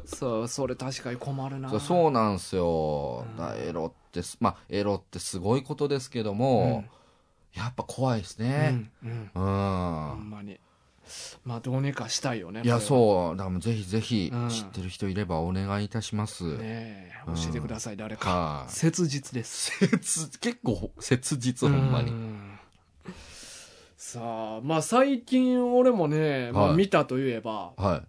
[SPEAKER 1] そうそれ確かに困るな
[SPEAKER 2] そうそうなんですよ。だからエロってす、まあ、エロってすごいことですけども、やっぱ怖いですね。
[SPEAKER 1] うんうん
[SPEAKER 2] うん
[SPEAKER 1] ほんまにまあどうにかしたいよね
[SPEAKER 2] いや、
[SPEAKER 1] う
[SPEAKER 2] そう。だからもうぜひぜひ
[SPEAKER 1] うん、
[SPEAKER 2] 知ってる人いればお願いいたします。
[SPEAKER 1] ねえ
[SPEAKER 2] うん
[SPEAKER 1] 教えてください誰か
[SPEAKER 2] はい、
[SPEAKER 1] 切実です
[SPEAKER 2] 切、結構、切実、ほんま
[SPEAKER 1] う
[SPEAKER 2] に。
[SPEAKER 1] んさあまあ最近俺もね、ま
[SPEAKER 2] は
[SPEAKER 1] あ、
[SPEAKER 2] い
[SPEAKER 1] 見たといえば、
[SPEAKER 2] はい。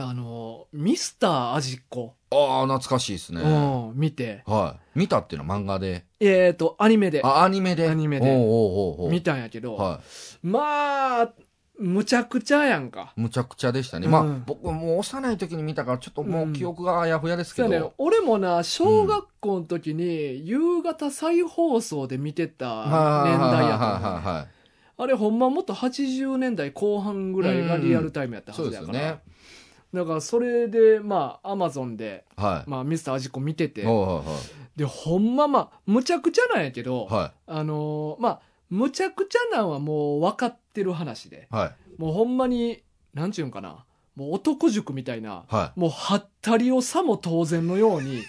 [SPEAKER 1] あのミスター味っ子、
[SPEAKER 2] ああ、懐かしいですね。
[SPEAKER 1] うん見て
[SPEAKER 2] はい。見たっていうのは漫画で。
[SPEAKER 1] えっ、とアニメで
[SPEAKER 2] あ、アニメで。
[SPEAKER 1] アニメで
[SPEAKER 2] おうおうおうおう
[SPEAKER 1] 見たんやけど、
[SPEAKER 2] は
[SPEAKER 1] まあむちゃくちゃやんか
[SPEAKER 2] い。むちゃくちゃでしたね。
[SPEAKER 1] うん
[SPEAKER 2] まあ、僕もう幼い時に見たから、ちょっともう記憶があやふやですけ
[SPEAKER 1] そう
[SPEAKER 2] ど。
[SPEAKER 1] やね俺もな小学校の時に夕方再放送で見てた年
[SPEAKER 2] はいは
[SPEAKER 1] 代
[SPEAKER 2] い
[SPEAKER 1] や
[SPEAKER 2] はい
[SPEAKER 1] ったのね、
[SPEAKER 2] はいはい。
[SPEAKER 1] あれほんまもっと80年代後半ぐらいがリアルタイムやったは
[SPEAKER 2] そう
[SPEAKER 1] ず
[SPEAKER 2] です
[SPEAKER 1] や
[SPEAKER 2] よ
[SPEAKER 1] から、
[SPEAKER 2] ね。
[SPEAKER 1] だからそれでまあアマゾンで、
[SPEAKER 2] はい。
[SPEAKER 1] まあ、ミスター味っ子見てて、
[SPEAKER 2] おうおう
[SPEAKER 1] でほんままあむちゃくちゃなんやけど、
[SPEAKER 2] おうは
[SPEAKER 1] あのーまあむちゃくちゃなんはもう分かってる話で
[SPEAKER 2] い。はい。
[SPEAKER 1] もうほんまになんちゅうんかなもう男塾みたいな
[SPEAKER 2] は
[SPEAKER 1] もうはったりをさも当然のように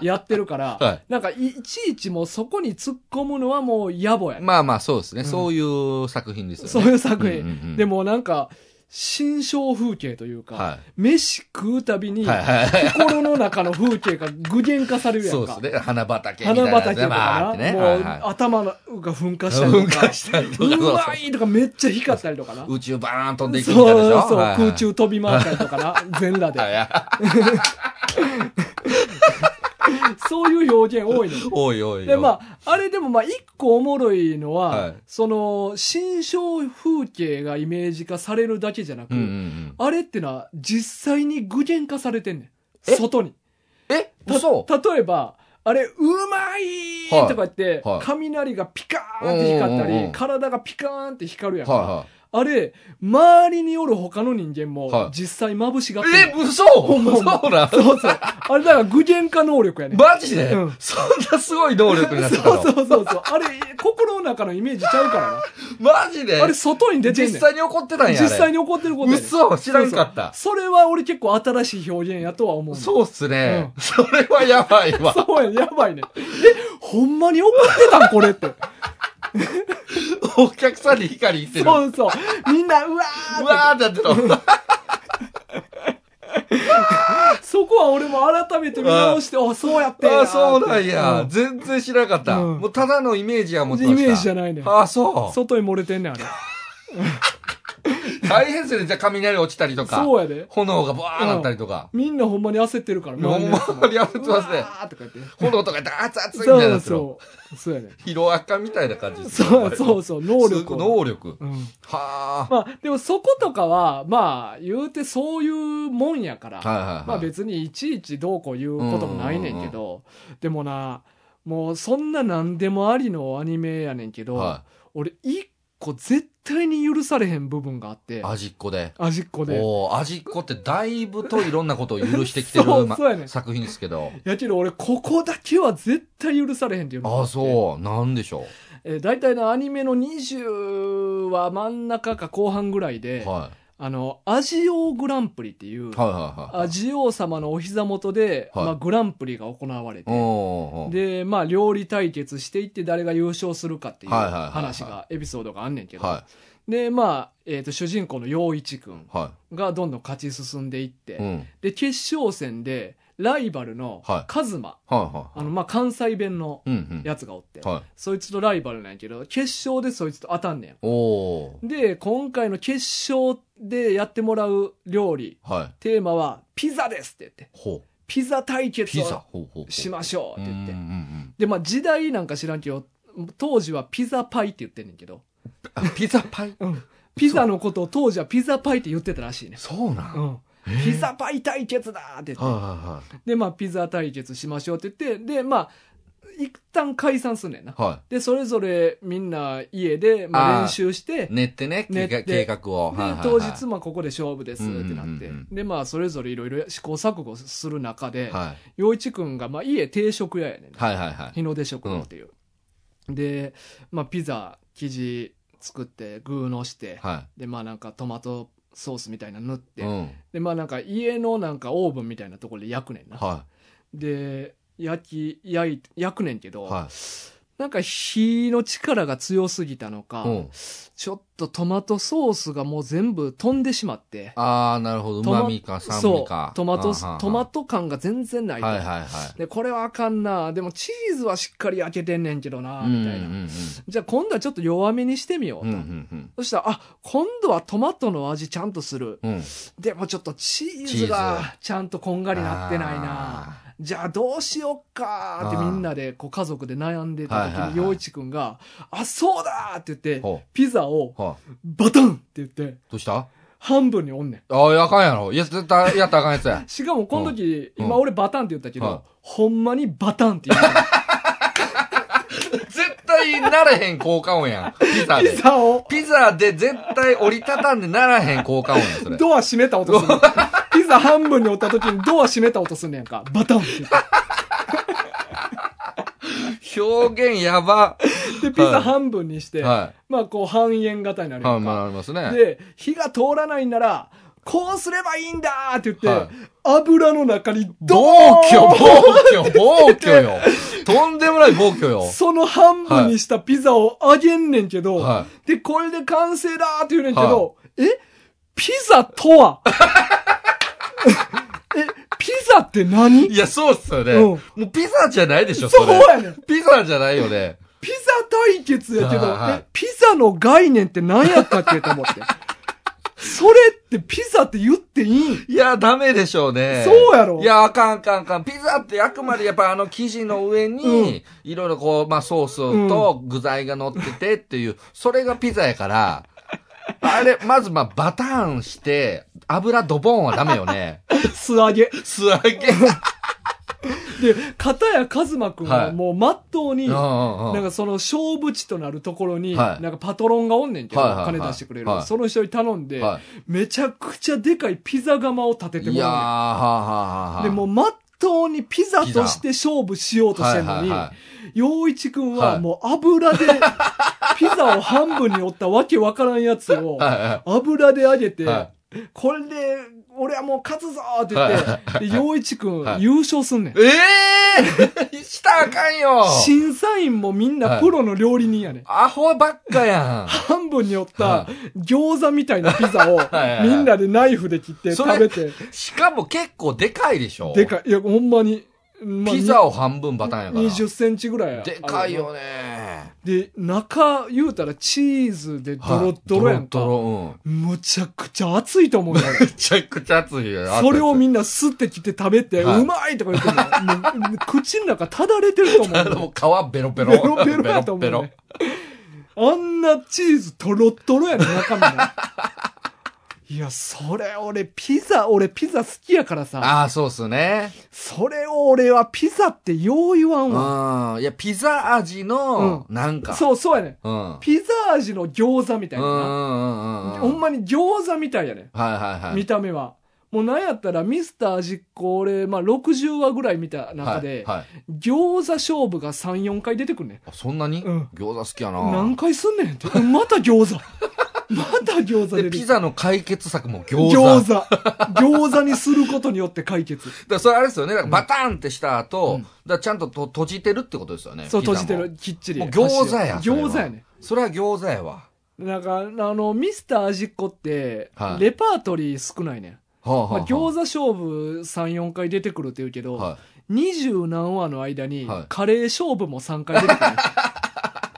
[SPEAKER 1] やってるから、
[SPEAKER 2] は
[SPEAKER 1] なんかいちいちもうそこに突っ込むのはもう野暮や
[SPEAKER 2] い。
[SPEAKER 1] ね、
[SPEAKER 2] まあまあ、そうですね。
[SPEAKER 1] うん
[SPEAKER 2] そういう作品ですよね。
[SPEAKER 1] そういう作品、
[SPEAKER 2] うんうんうん
[SPEAKER 1] でもなんか新象風景というか、
[SPEAKER 2] は
[SPEAKER 1] 飯食うたび
[SPEAKER 2] い。
[SPEAKER 1] に
[SPEAKER 2] はいはいはい。
[SPEAKER 1] 心の中の風景が具現化されるやん
[SPEAKER 2] そう
[SPEAKER 1] か
[SPEAKER 2] ですね。花畑みたい
[SPEAKER 1] 花
[SPEAKER 2] なやつ
[SPEAKER 1] 畑
[SPEAKER 2] ね。
[SPEAKER 1] と
[SPEAKER 2] バー
[SPEAKER 1] か
[SPEAKER 2] って
[SPEAKER 1] な、
[SPEAKER 2] ね。
[SPEAKER 1] もう、
[SPEAKER 2] はいはい
[SPEAKER 1] 頭が噴火したり
[SPEAKER 2] 噴
[SPEAKER 1] とか
[SPEAKER 2] 火、したりとか。
[SPEAKER 1] う
[SPEAKER 2] そう
[SPEAKER 1] まいとかめっちゃ光ったりとかな
[SPEAKER 2] そ。う宇宙バーン飛んでいく
[SPEAKER 1] そ
[SPEAKER 2] み
[SPEAKER 1] う
[SPEAKER 2] たいなでし
[SPEAKER 1] そう
[SPEAKER 2] ょ
[SPEAKER 1] そう、
[SPEAKER 2] はいはい
[SPEAKER 1] 空中飛び回ったりとかな、全裸
[SPEAKER 2] はい
[SPEAKER 1] で。
[SPEAKER 2] はい
[SPEAKER 1] そういう表現多いの。
[SPEAKER 2] おいおいおい。
[SPEAKER 1] で、まあ、あれでもまあ、一個おもろいのは、
[SPEAKER 2] はい
[SPEAKER 1] その、新象風景がイメージ化されるだけじゃなく、
[SPEAKER 2] うんうんうん。
[SPEAKER 1] あれってのは実際に具現化されてんねん。
[SPEAKER 2] え
[SPEAKER 1] 外に。
[SPEAKER 2] え
[SPEAKER 1] た
[SPEAKER 2] 嘘
[SPEAKER 1] 例えば、あれ、うまい
[SPEAKER 2] はい
[SPEAKER 1] とか言って、
[SPEAKER 2] はい
[SPEAKER 1] 雷がピカーンって光った
[SPEAKER 2] うんうんうんう
[SPEAKER 1] り、
[SPEAKER 2] ん
[SPEAKER 1] 体がピカーンって光るやんか。
[SPEAKER 2] は
[SPEAKER 1] あれ、周りにおる他の人間も
[SPEAKER 2] はい
[SPEAKER 1] 実際眩しが
[SPEAKER 2] い
[SPEAKER 1] って
[SPEAKER 2] は
[SPEAKER 1] る
[SPEAKER 2] い。え、嘘
[SPEAKER 1] ほんまほんま
[SPEAKER 2] そうなん
[SPEAKER 1] そうそう。あれだから具現化能力やねん。
[SPEAKER 2] マジで
[SPEAKER 1] うん
[SPEAKER 2] そんなすごい能力になってた
[SPEAKER 1] そう
[SPEAKER 2] の
[SPEAKER 1] そうそうそう。あれ、心の中のイメージちゃうから
[SPEAKER 2] マジで
[SPEAKER 1] な。あれ、外に出てんね
[SPEAKER 2] 実
[SPEAKER 1] ん。
[SPEAKER 2] 際に起こってたんや。
[SPEAKER 1] 実際
[SPEAKER 2] に。
[SPEAKER 1] に起こってることやねん。
[SPEAKER 2] 嘘知らんかった
[SPEAKER 1] そう。そうそれは俺結構新しい表現やとは思うねん。
[SPEAKER 2] そうっすね。それはやばいわ。
[SPEAKER 1] そうやねん、やばいねん。え、ほんまに怒ってたんこれって。
[SPEAKER 2] お客さんに光いってる。うわ
[SPEAKER 1] そうそう。みんな、うわーって。
[SPEAKER 2] ーってなってた。
[SPEAKER 1] 俺も改めて見直して、あ、そうやってんや
[SPEAKER 2] ああ、そうなんや。
[SPEAKER 1] うん
[SPEAKER 2] 全然知らなかった。
[SPEAKER 1] うん
[SPEAKER 2] もうただのイメージや思ってま
[SPEAKER 1] イ
[SPEAKER 2] した。
[SPEAKER 1] メージじゃないねん
[SPEAKER 2] ああ、そう。
[SPEAKER 1] 外に漏れてんねん、あれ。
[SPEAKER 2] 大変ですね。じゃあ雷落ちたりとか。
[SPEAKER 1] そうやで。
[SPEAKER 2] 炎がバーなったりとか。
[SPEAKER 1] みんなほんまに焦ってるから、
[SPEAKER 2] ほんまに焦ってますね
[SPEAKER 1] うわーとか言って。
[SPEAKER 2] 炎とかダーツ熱いみたいに
[SPEAKER 1] そう
[SPEAKER 2] なってる。
[SPEAKER 1] そう。そうやね。
[SPEAKER 2] ヒロアカみたいな感じですね
[SPEAKER 1] そうそうそう、能
[SPEAKER 2] す
[SPEAKER 1] 力
[SPEAKER 2] ごい
[SPEAKER 1] を。
[SPEAKER 2] 能力。
[SPEAKER 1] うん
[SPEAKER 2] は
[SPEAKER 1] まあ、でもそことかは、まあ、言うてそういうもんやから、
[SPEAKER 2] あ。はいはいはい。
[SPEAKER 1] まあ別にいちいちどうこう言うこともないねんけど、でもな、もうそんな何でもありのアニメやねんけど、
[SPEAKER 2] は
[SPEAKER 1] 俺一個絶対に許されへん部分があって
[SPEAKER 2] い。、味っ子で。
[SPEAKER 1] 味っ子で。
[SPEAKER 2] おお味っ子ってだいぶといろんなことを許してきて る
[SPEAKER 1] そう
[SPEAKER 2] ま
[SPEAKER 1] そうやね
[SPEAKER 2] 作品ですけど。
[SPEAKER 1] やけど俺ここだけは絶対許されへんっていうのが
[SPEAKER 2] あ
[SPEAKER 1] っ
[SPEAKER 2] あ、
[SPEAKER 1] て
[SPEAKER 2] そう。なんでしょ
[SPEAKER 1] えー、大体のアニメの20は真ん中か後半ぐらいで、
[SPEAKER 2] う。は
[SPEAKER 1] あの、アジオグランプリっていう
[SPEAKER 2] い。、はいはいは
[SPEAKER 1] ア
[SPEAKER 2] い。
[SPEAKER 1] ジオ様のお膝元で、
[SPEAKER 2] はい
[SPEAKER 1] まあ、グランプリが行われて、
[SPEAKER 2] おーおー。
[SPEAKER 1] で、まあ、料理対決していって誰が優勝するかっていう
[SPEAKER 2] はいはいはいはい
[SPEAKER 1] 話が、エピソードがあんねんけど、
[SPEAKER 2] は
[SPEAKER 1] で、まあ、えっ、と、主人公の陽一くん
[SPEAKER 2] い。は
[SPEAKER 1] がどんどん勝ち進んでいって、
[SPEAKER 2] い。うん。はい
[SPEAKER 1] で、決勝戦で、ライバルの
[SPEAKER 2] はい
[SPEAKER 1] カズマ、
[SPEAKER 2] はい。
[SPEAKER 1] あの、まあ、関西弁の
[SPEAKER 2] うんうん。
[SPEAKER 1] やつがおって、
[SPEAKER 2] はい。
[SPEAKER 1] そいつとライバルなんやけど、決勝でそいつと当たんね
[SPEAKER 2] おお
[SPEAKER 1] ん。で、今回の決勝でやってもらう料理、
[SPEAKER 2] ー。はい。
[SPEAKER 1] テーマはピザですって言って、
[SPEAKER 2] ほう。
[SPEAKER 1] ピザ対決
[SPEAKER 2] ピザ。
[SPEAKER 1] を
[SPEAKER 2] ほうほうほう。
[SPEAKER 1] しましょうって言っ
[SPEAKER 2] うんう
[SPEAKER 1] て。
[SPEAKER 2] ん
[SPEAKER 1] で、まあ時代なんか知らんけど、当時はピザパイって言ってんねんけど、
[SPEAKER 2] うんあピザパイ
[SPEAKER 1] ピザのことを当時はピザパイって言ってたらしいね。
[SPEAKER 2] そうな。
[SPEAKER 1] うんん。
[SPEAKER 2] へー
[SPEAKER 1] ピザパイ対決だって言
[SPEAKER 2] はい
[SPEAKER 1] って。
[SPEAKER 2] は
[SPEAKER 1] で、まあピザ対決しましょうって言って、で、まあ、一旦解散すんねんな。
[SPEAKER 2] いはい。は
[SPEAKER 1] で、それぞれみんな家で、ま
[SPEAKER 2] あ
[SPEAKER 1] あ
[SPEAKER 2] ー
[SPEAKER 1] 練習して
[SPEAKER 2] い。、練ってね、計
[SPEAKER 1] 練っ
[SPEAKER 2] 画
[SPEAKER 1] て
[SPEAKER 2] 計画を。
[SPEAKER 1] で
[SPEAKER 2] はいはいは
[SPEAKER 1] 当
[SPEAKER 2] い
[SPEAKER 1] 日、まあ、ここで勝負ですっ
[SPEAKER 2] うんうんうんう
[SPEAKER 1] て
[SPEAKER 2] ん
[SPEAKER 1] なって、で、まあ、それぞれいろいろ試行錯誤する中で、
[SPEAKER 2] はい。
[SPEAKER 1] 陽一くんが、まあ、家定食屋やねんな、
[SPEAKER 2] はいはいはい。
[SPEAKER 1] 日の出食堂っていう。で、まあ、ピザ、生地作って、具のして、
[SPEAKER 2] は
[SPEAKER 1] で、まあ、なんかトマトソースみたいなの塗って、
[SPEAKER 2] い。うん。
[SPEAKER 1] で、まあ、なんか家のなんかオーブンみたいなところで焼くねんな。
[SPEAKER 2] は
[SPEAKER 1] で、焼き、焼い、焼くねんけど、
[SPEAKER 2] い。は
[SPEAKER 1] なんか火の力が強すぎたのか、
[SPEAKER 2] い。うん。
[SPEAKER 1] ちょっとトマトソースがもう全部飛んでしまって、
[SPEAKER 2] ああ、なるほど。
[SPEAKER 1] トマ
[SPEAKER 2] 旨味か酸
[SPEAKER 1] そ
[SPEAKER 2] 味
[SPEAKER 1] う
[SPEAKER 2] か。
[SPEAKER 1] トマト
[SPEAKER 2] はんはんはん
[SPEAKER 1] トマト感が全然ないと、
[SPEAKER 2] はいはいはい。
[SPEAKER 1] でこれはあかんなでもチーズはしっかり焼けてんねんけどなみたいな、
[SPEAKER 2] うんうんうん
[SPEAKER 1] じゃあ今度はちょっと弱めにしてみよう
[SPEAKER 2] う
[SPEAKER 1] と、
[SPEAKER 2] んうん
[SPEAKER 1] そしたらあ今度はトマトの味ちゃんとする
[SPEAKER 2] うんうん。
[SPEAKER 1] でもちょっとチー
[SPEAKER 2] チ
[SPEAKER 1] ズ
[SPEAKER 2] ー
[SPEAKER 1] がちゃんとこんがりなってないな
[SPEAKER 2] あ
[SPEAKER 1] じゃあどうしよっかって
[SPEAKER 2] あー
[SPEAKER 1] みんなでこう家族で悩んでた時
[SPEAKER 2] はいはいはい
[SPEAKER 1] に陽一くんが「あそうだ!」って言っ
[SPEAKER 2] ー。
[SPEAKER 1] て
[SPEAKER 2] ほ
[SPEAKER 1] ピザを
[SPEAKER 2] う。は
[SPEAKER 1] バタンって言って
[SPEAKER 2] い。どうした
[SPEAKER 1] 半分に折んねん。
[SPEAKER 2] ああ、あかんやろ。いや、絶対やったらあかんやつ や
[SPEAKER 1] しかもこの時、
[SPEAKER 2] うん
[SPEAKER 1] 今俺バタンって言ったけど、
[SPEAKER 2] はい
[SPEAKER 1] ほんまにバタンって言った。
[SPEAKER 2] 絶対なれへん効果音やん。ピザで
[SPEAKER 1] ピ。 ザを、
[SPEAKER 2] ピザで絶対折りたたんでならへん効果音やん、それ。
[SPEAKER 1] ドア閉めた音する。ピザ半分に折った時にドア閉めた音すんねやんか。バタンって言って。
[SPEAKER 2] 表現やば。
[SPEAKER 1] で、ピザ半分にして、
[SPEAKER 2] は。
[SPEAKER 1] まあこう半円型にないるや
[SPEAKER 2] はい、
[SPEAKER 1] ん
[SPEAKER 2] まあ、
[SPEAKER 1] か。
[SPEAKER 2] ありますね。
[SPEAKER 1] で、火が通らないんなら、こうすればいいんだーって言って、
[SPEAKER 2] は
[SPEAKER 1] 油の中にド
[SPEAKER 2] 暴
[SPEAKER 1] ーン
[SPEAKER 2] 挙、暴挙、暴挙よ。とんでもない暴挙よ。
[SPEAKER 1] その半分にしたピザをあげんねんけど、
[SPEAKER 2] は
[SPEAKER 1] で、これで完成だーって言うねんけど、えピザとは え、ピザって何
[SPEAKER 2] い。いや、そうっすよね。
[SPEAKER 1] うん
[SPEAKER 2] もうピザじゃないでしょ、そ
[SPEAKER 1] そう
[SPEAKER 2] れ。
[SPEAKER 1] やねん。
[SPEAKER 2] ピザじゃないよね。
[SPEAKER 1] ピザ対決やけど、
[SPEAKER 2] はいはい
[SPEAKER 1] え、ピザの概念って何やったっけと思って。 それってピザって言っていいん
[SPEAKER 2] いや、ダメでしょうね。
[SPEAKER 1] そうやろ
[SPEAKER 2] いや、あかんあかんあかん。ピザってあくまでやっぱあの生地の上に、いろいろこう、まあソースと具材が乗っててっていう、それがピザやから、あれ、まずまあバターンして、油ドボンはダメ よね。
[SPEAKER 1] 素揚げ。
[SPEAKER 2] 素揚げ。
[SPEAKER 1] で、片や和馬くん
[SPEAKER 2] は
[SPEAKER 1] はいもう真っ当に、
[SPEAKER 2] うんう
[SPEAKER 1] なん
[SPEAKER 2] うん
[SPEAKER 1] かその勝負地となるところに、
[SPEAKER 2] はい
[SPEAKER 1] なんかパトロンがおんねんけど、
[SPEAKER 2] はいはいはい
[SPEAKER 1] 金出してくれる。
[SPEAKER 2] はい
[SPEAKER 1] その人に頼んで、
[SPEAKER 2] は
[SPEAKER 1] めちゃくちゃでかいピザ窯を立て
[SPEAKER 2] い
[SPEAKER 1] て
[SPEAKER 2] い
[SPEAKER 1] も
[SPEAKER 2] やー、は
[SPEAKER 1] らうねん
[SPEAKER 2] あはあはあはあ
[SPEAKER 1] で、もう真っ当にピザとして勝負しようとしてんのに
[SPEAKER 2] はいはいはい、
[SPEAKER 1] 洋一くん
[SPEAKER 2] は
[SPEAKER 1] はいもう油 で、ピザを半分に折ったわけわからんやつを、
[SPEAKER 2] はいはい
[SPEAKER 1] 油で揚げて
[SPEAKER 2] は、
[SPEAKER 1] これで、俺はもう勝つぞって言って、で洋一くん
[SPEAKER 2] はい
[SPEAKER 1] 優勝すんねん。
[SPEAKER 2] ええ したらあかんよ
[SPEAKER 1] 審査員もみんなプロの料理人やねん。
[SPEAKER 2] アホばっかや
[SPEAKER 1] 半分に折った
[SPEAKER 2] は
[SPEAKER 1] 餃子みたいなピザを
[SPEAKER 2] はいはい
[SPEAKER 1] みんなでナイフで切って
[SPEAKER 2] それ
[SPEAKER 1] 食べて、
[SPEAKER 2] ん。しかも結構でかいでしょ
[SPEAKER 1] でかい。いや、ほんまに。まあ
[SPEAKER 2] ピザを半分バターンやから。
[SPEAKER 1] 20センチぐらいある
[SPEAKER 2] でかいよね。
[SPEAKER 1] で、中、言うたらチーズでドロッドロやんか。
[SPEAKER 2] ドロドロ、
[SPEAKER 1] むちゃくちゃ熱いと思うよ。
[SPEAKER 2] うん。めちゃくちゃ 熱いよ。
[SPEAKER 1] それをみんな吸ってきて食べて、
[SPEAKER 2] はいう
[SPEAKER 1] まいとか言ってるの。もう口の中ただれてると思
[SPEAKER 2] あ
[SPEAKER 1] う
[SPEAKER 2] の
[SPEAKER 1] よ。
[SPEAKER 2] もう皮ベロベロ。
[SPEAKER 1] ベロベロやと思う、
[SPEAKER 2] ベロベ
[SPEAKER 1] ね。あんなチーズトロットロやね、中身 が。いや、それ俺ピザ、俺ピザ好きやから
[SPEAKER 2] ロ
[SPEAKER 1] さ。
[SPEAKER 2] ああ、そうっすね。
[SPEAKER 1] それを俺はピザってよう言わんわ。
[SPEAKER 2] うん。いや、ピザ味の、なんか。
[SPEAKER 1] そう、そうやね。
[SPEAKER 2] うん。うん。
[SPEAKER 1] ピザ味の餃子みた
[SPEAKER 2] う
[SPEAKER 1] い
[SPEAKER 2] んう
[SPEAKER 1] なんな。
[SPEAKER 2] うんうん。
[SPEAKER 1] ほんまに餃子みたいやね。
[SPEAKER 2] はいはいはい。
[SPEAKER 1] 見た目は。もうなんやったらミスター味っ子俺、まあ60話ぐらい見た中で、
[SPEAKER 2] はいはい。
[SPEAKER 1] 餃子勝負が3、4回出てくんね
[SPEAKER 2] あそんなに
[SPEAKER 1] うん
[SPEAKER 2] 餃子好きやな。
[SPEAKER 1] 何回すんねんって。また餃子。 また餃子出
[SPEAKER 2] で、
[SPEAKER 1] る
[SPEAKER 2] ピザの解決策も餃子。
[SPEAKER 1] 餃子。餃子にすることによって解決。
[SPEAKER 2] だからそれあれですよね。だからバターンってした後、
[SPEAKER 1] うん
[SPEAKER 2] だからちゃんとと閉じてるってことですよね。
[SPEAKER 1] そう、
[SPEAKER 2] ピザ
[SPEAKER 1] 閉じ
[SPEAKER 2] も
[SPEAKER 1] てる。。きっちり。
[SPEAKER 2] もう餃子や
[SPEAKER 1] 箸を餃子やね。
[SPEAKER 2] それは餃子やわ。
[SPEAKER 1] なんか、あの、ミスター味っ子って
[SPEAKER 2] は、い
[SPEAKER 1] レパートリー少ないねん。
[SPEAKER 2] はあは
[SPEAKER 1] まあ、餃子勝負3、4回出てくるって言うけど、
[SPEAKER 2] は
[SPEAKER 1] 二十何話の間に
[SPEAKER 2] はい、
[SPEAKER 1] カレー勝負も3回出てく る。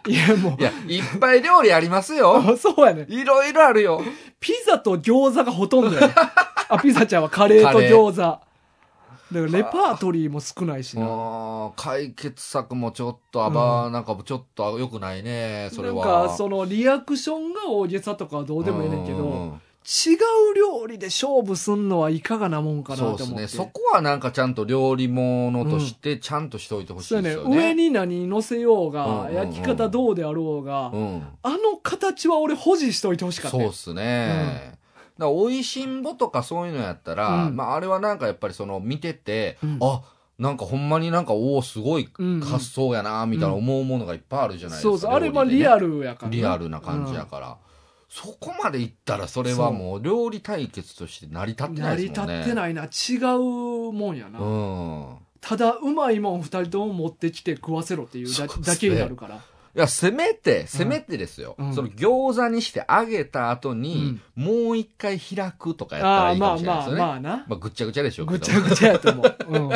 [SPEAKER 1] いや、も
[SPEAKER 2] い。いや、いっぱい料理ありま すよ。
[SPEAKER 1] う、そうやね。
[SPEAKER 2] いろいろあるよ。
[SPEAKER 1] ピザと餃子がほとんどやね。あ、ピザちゃんはカレーと餃子。だからレパートリーも少ないしな。
[SPEAKER 2] あー解決策もちょっと、あば、なんかちょっと良くないね、それは。
[SPEAKER 1] なんか、その、リアクションが大げさとかはどうでもいいねんけ
[SPEAKER 2] うんう
[SPEAKER 1] ど、
[SPEAKER 2] んうん
[SPEAKER 1] 違う料理で勝負すんのはいかがなもんかなと
[SPEAKER 2] そ
[SPEAKER 1] 思っ
[SPEAKER 2] う
[SPEAKER 1] て。
[SPEAKER 2] ですね。そこはなんかちゃんと料理物として、ちゃんとしておいてほし
[SPEAKER 1] そう
[SPEAKER 2] い
[SPEAKER 1] や
[SPEAKER 2] で
[SPEAKER 1] ね
[SPEAKER 2] すよね。
[SPEAKER 1] 上に何乗せよう
[SPEAKER 2] うんうん
[SPEAKER 1] が、
[SPEAKER 2] うん
[SPEAKER 1] 焼き方どうであろうが
[SPEAKER 2] う、ん。
[SPEAKER 1] あの形は俺保持しておいてほしかったよ。
[SPEAKER 2] そうっすね。だから、おいしんぼとかそういうのやったら、
[SPEAKER 1] うん
[SPEAKER 2] まあ、あれはなんかやっぱりその、見てて、
[SPEAKER 1] うん
[SPEAKER 2] あ、なんかほんまになんか、おお、すごい
[SPEAKER 1] うんうん
[SPEAKER 2] 発想やな、みたいな思うものがいっぱいあるじゃないですか。
[SPEAKER 1] そうそう、あれは
[SPEAKER 2] 料理でね
[SPEAKER 1] リアルやからね、
[SPEAKER 2] リアルな感じやから。そこまでいったら、それはもう、料理対決として成り立っ
[SPEAKER 1] うん
[SPEAKER 2] てな
[SPEAKER 1] 成
[SPEAKER 2] い
[SPEAKER 1] り
[SPEAKER 2] です
[SPEAKER 1] 立
[SPEAKER 2] も
[SPEAKER 1] っ
[SPEAKER 2] んね。
[SPEAKER 1] てないな、違うもんやな。
[SPEAKER 2] うん。
[SPEAKER 1] ただ、うまいもん二人とも持ってきて食わせろっていうだ
[SPEAKER 2] そうっすね
[SPEAKER 1] だけになるから。
[SPEAKER 2] いや、せめて、せめてですよ。
[SPEAKER 1] うん
[SPEAKER 2] その餃子にして揚げた後に、もう一回開くとかやった
[SPEAKER 1] あ
[SPEAKER 2] ら
[SPEAKER 1] あ、
[SPEAKER 2] いいか
[SPEAKER 1] ま
[SPEAKER 2] も
[SPEAKER 1] あ
[SPEAKER 2] しれな
[SPEAKER 1] ま
[SPEAKER 2] いで
[SPEAKER 1] すあ
[SPEAKER 2] よね。
[SPEAKER 1] まあな。
[SPEAKER 2] まあ、ぐっちゃぐちゃでしょうけ
[SPEAKER 1] ぐ
[SPEAKER 2] ど
[SPEAKER 1] ちゃぐちゃやと思う。 うん、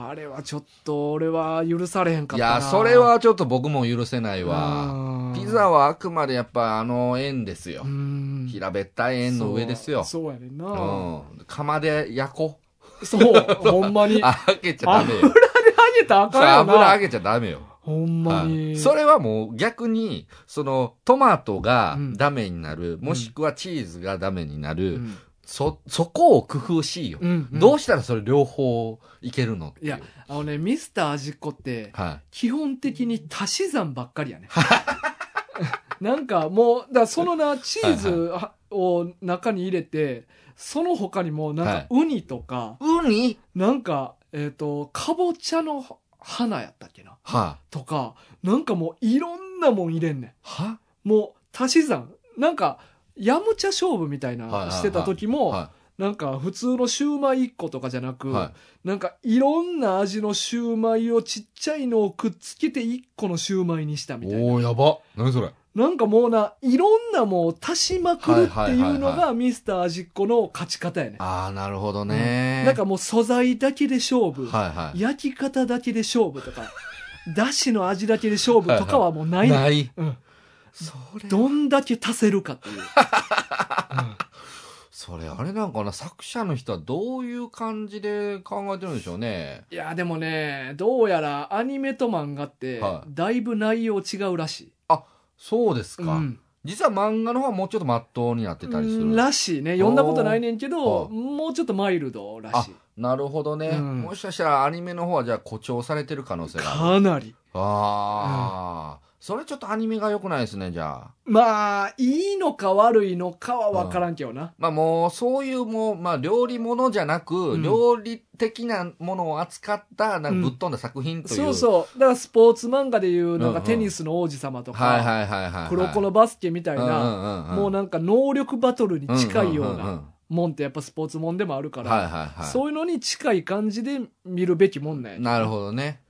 [SPEAKER 1] あれはちょっと俺は許されへんかっ
[SPEAKER 2] い
[SPEAKER 1] たな。
[SPEAKER 2] や、それはちょっと僕も許せないわ。
[SPEAKER 1] うん、
[SPEAKER 2] ピザはあくまでやっぱあの円ですよ
[SPEAKER 1] う。ん
[SPEAKER 2] 平べったい円の上ですよ。
[SPEAKER 1] そうそうやねん
[SPEAKER 2] う
[SPEAKER 1] な。
[SPEAKER 2] ん。釜で焼こ
[SPEAKER 1] そう、ほんまに。
[SPEAKER 2] う。 あ、揚げちゃダメよ。
[SPEAKER 1] 揚げたらあ
[SPEAKER 2] それ
[SPEAKER 1] かんよ
[SPEAKER 2] 油
[SPEAKER 1] な
[SPEAKER 2] 揚。げちゃダメよ。
[SPEAKER 1] ほんま
[SPEAKER 2] は
[SPEAKER 1] に。
[SPEAKER 2] いそれはもう逆に、そのトマトが
[SPEAKER 1] うん
[SPEAKER 2] ダメになる、もしくはチーズがダメになる、
[SPEAKER 1] うん
[SPEAKER 2] そ、そこを工夫しいよ。
[SPEAKER 1] うんうん
[SPEAKER 2] どうしたらそれ両方いけるの
[SPEAKER 1] いや、あのね、ミスター味っ子って、
[SPEAKER 2] は
[SPEAKER 1] 基本的に足し算ばっかりやね。 なんかもう、だからそのな、チーズはを中に入れて、その他にも、なん
[SPEAKER 2] は
[SPEAKER 1] か
[SPEAKER 2] い、
[SPEAKER 1] ウニとか、
[SPEAKER 2] い。ウニ
[SPEAKER 1] なんか、えっ、と、かぼちゃの花やったっけな
[SPEAKER 2] は
[SPEAKER 1] とか、なんかもう、いろんなもん入れんね
[SPEAKER 2] い。は
[SPEAKER 1] ん。もう、足し算。なんか、やむちゃ勝負みたい
[SPEAKER 2] はいはい
[SPEAKER 1] な
[SPEAKER 2] はい
[SPEAKER 1] してた時も、
[SPEAKER 2] は。
[SPEAKER 1] なんか普通のシューマイ1個とかじゃないく、
[SPEAKER 2] は
[SPEAKER 1] なんかいろんな味のシューマイをちっちゃいのをくっつけて1個のシューマイにした
[SPEAKER 2] い。
[SPEAKER 1] みたいな。
[SPEAKER 2] おー、やば。何それ。
[SPEAKER 1] なんかもうな、いろんなもう足しまくるってい
[SPEAKER 2] は
[SPEAKER 1] う
[SPEAKER 2] い
[SPEAKER 1] の
[SPEAKER 2] はいはい
[SPEAKER 1] がミスター味っ子の勝ち方やね。
[SPEAKER 2] ああ、なるほどね。
[SPEAKER 1] なんかもう素材だけで勝負、
[SPEAKER 2] はいはい。
[SPEAKER 1] 焼き方だけで勝負とか、 だしの味だけで勝負とかはもうないねん
[SPEAKER 2] ない。
[SPEAKER 1] うん
[SPEAKER 2] それ、
[SPEAKER 1] どんだけ足せるかっていう。
[SPEAKER 2] それ、あれなんかな、作者の人はどういう感じで考えてるんでしょうね。
[SPEAKER 1] いや、でもね、どうやらアニメと漫画って
[SPEAKER 2] は、
[SPEAKER 1] だいぶ内容違うらしい。
[SPEAKER 2] そうですか。
[SPEAKER 1] うん
[SPEAKER 2] 実は漫画の方はもうちょっとまっとうになってたりする。
[SPEAKER 1] らしいね読んだことないねんけど
[SPEAKER 2] おー
[SPEAKER 1] もうちょっとマイルドらしい
[SPEAKER 2] なるほどね、
[SPEAKER 1] うん
[SPEAKER 2] もしかしたらアニメの方はじゃあ誇張されてる可能性がある。
[SPEAKER 1] かなり
[SPEAKER 2] ああ、それちょっとアニメが良くないですね、じゃあ。
[SPEAKER 1] まあ、いいのか悪いのかは分からんけどな。
[SPEAKER 2] まあもう、そういうもう、まあ料理ものじゃなく、
[SPEAKER 1] うん
[SPEAKER 2] 料理的なものを扱った、なんかぶっ飛んだ作品という。
[SPEAKER 1] そうそう。だからスポーツ漫画でいう、なん
[SPEAKER 2] うんう
[SPEAKER 1] か
[SPEAKER 2] ん
[SPEAKER 1] テニスの王子様と
[SPEAKER 2] はい
[SPEAKER 1] か、
[SPEAKER 2] はいはいはい。
[SPEAKER 1] 黒子
[SPEAKER 2] み
[SPEAKER 1] のバスケみた
[SPEAKER 2] た
[SPEAKER 1] いな、もうなんか能力バトルに近いようなんもんってやっぱスポーツもんでもあるか
[SPEAKER 2] うんうんはい
[SPEAKER 1] ら、
[SPEAKER 2] はいはい。
[SPEAKER 1] そういうのに近い感じで見るべきもんなんや
[SPEAKER 2] なるほどね。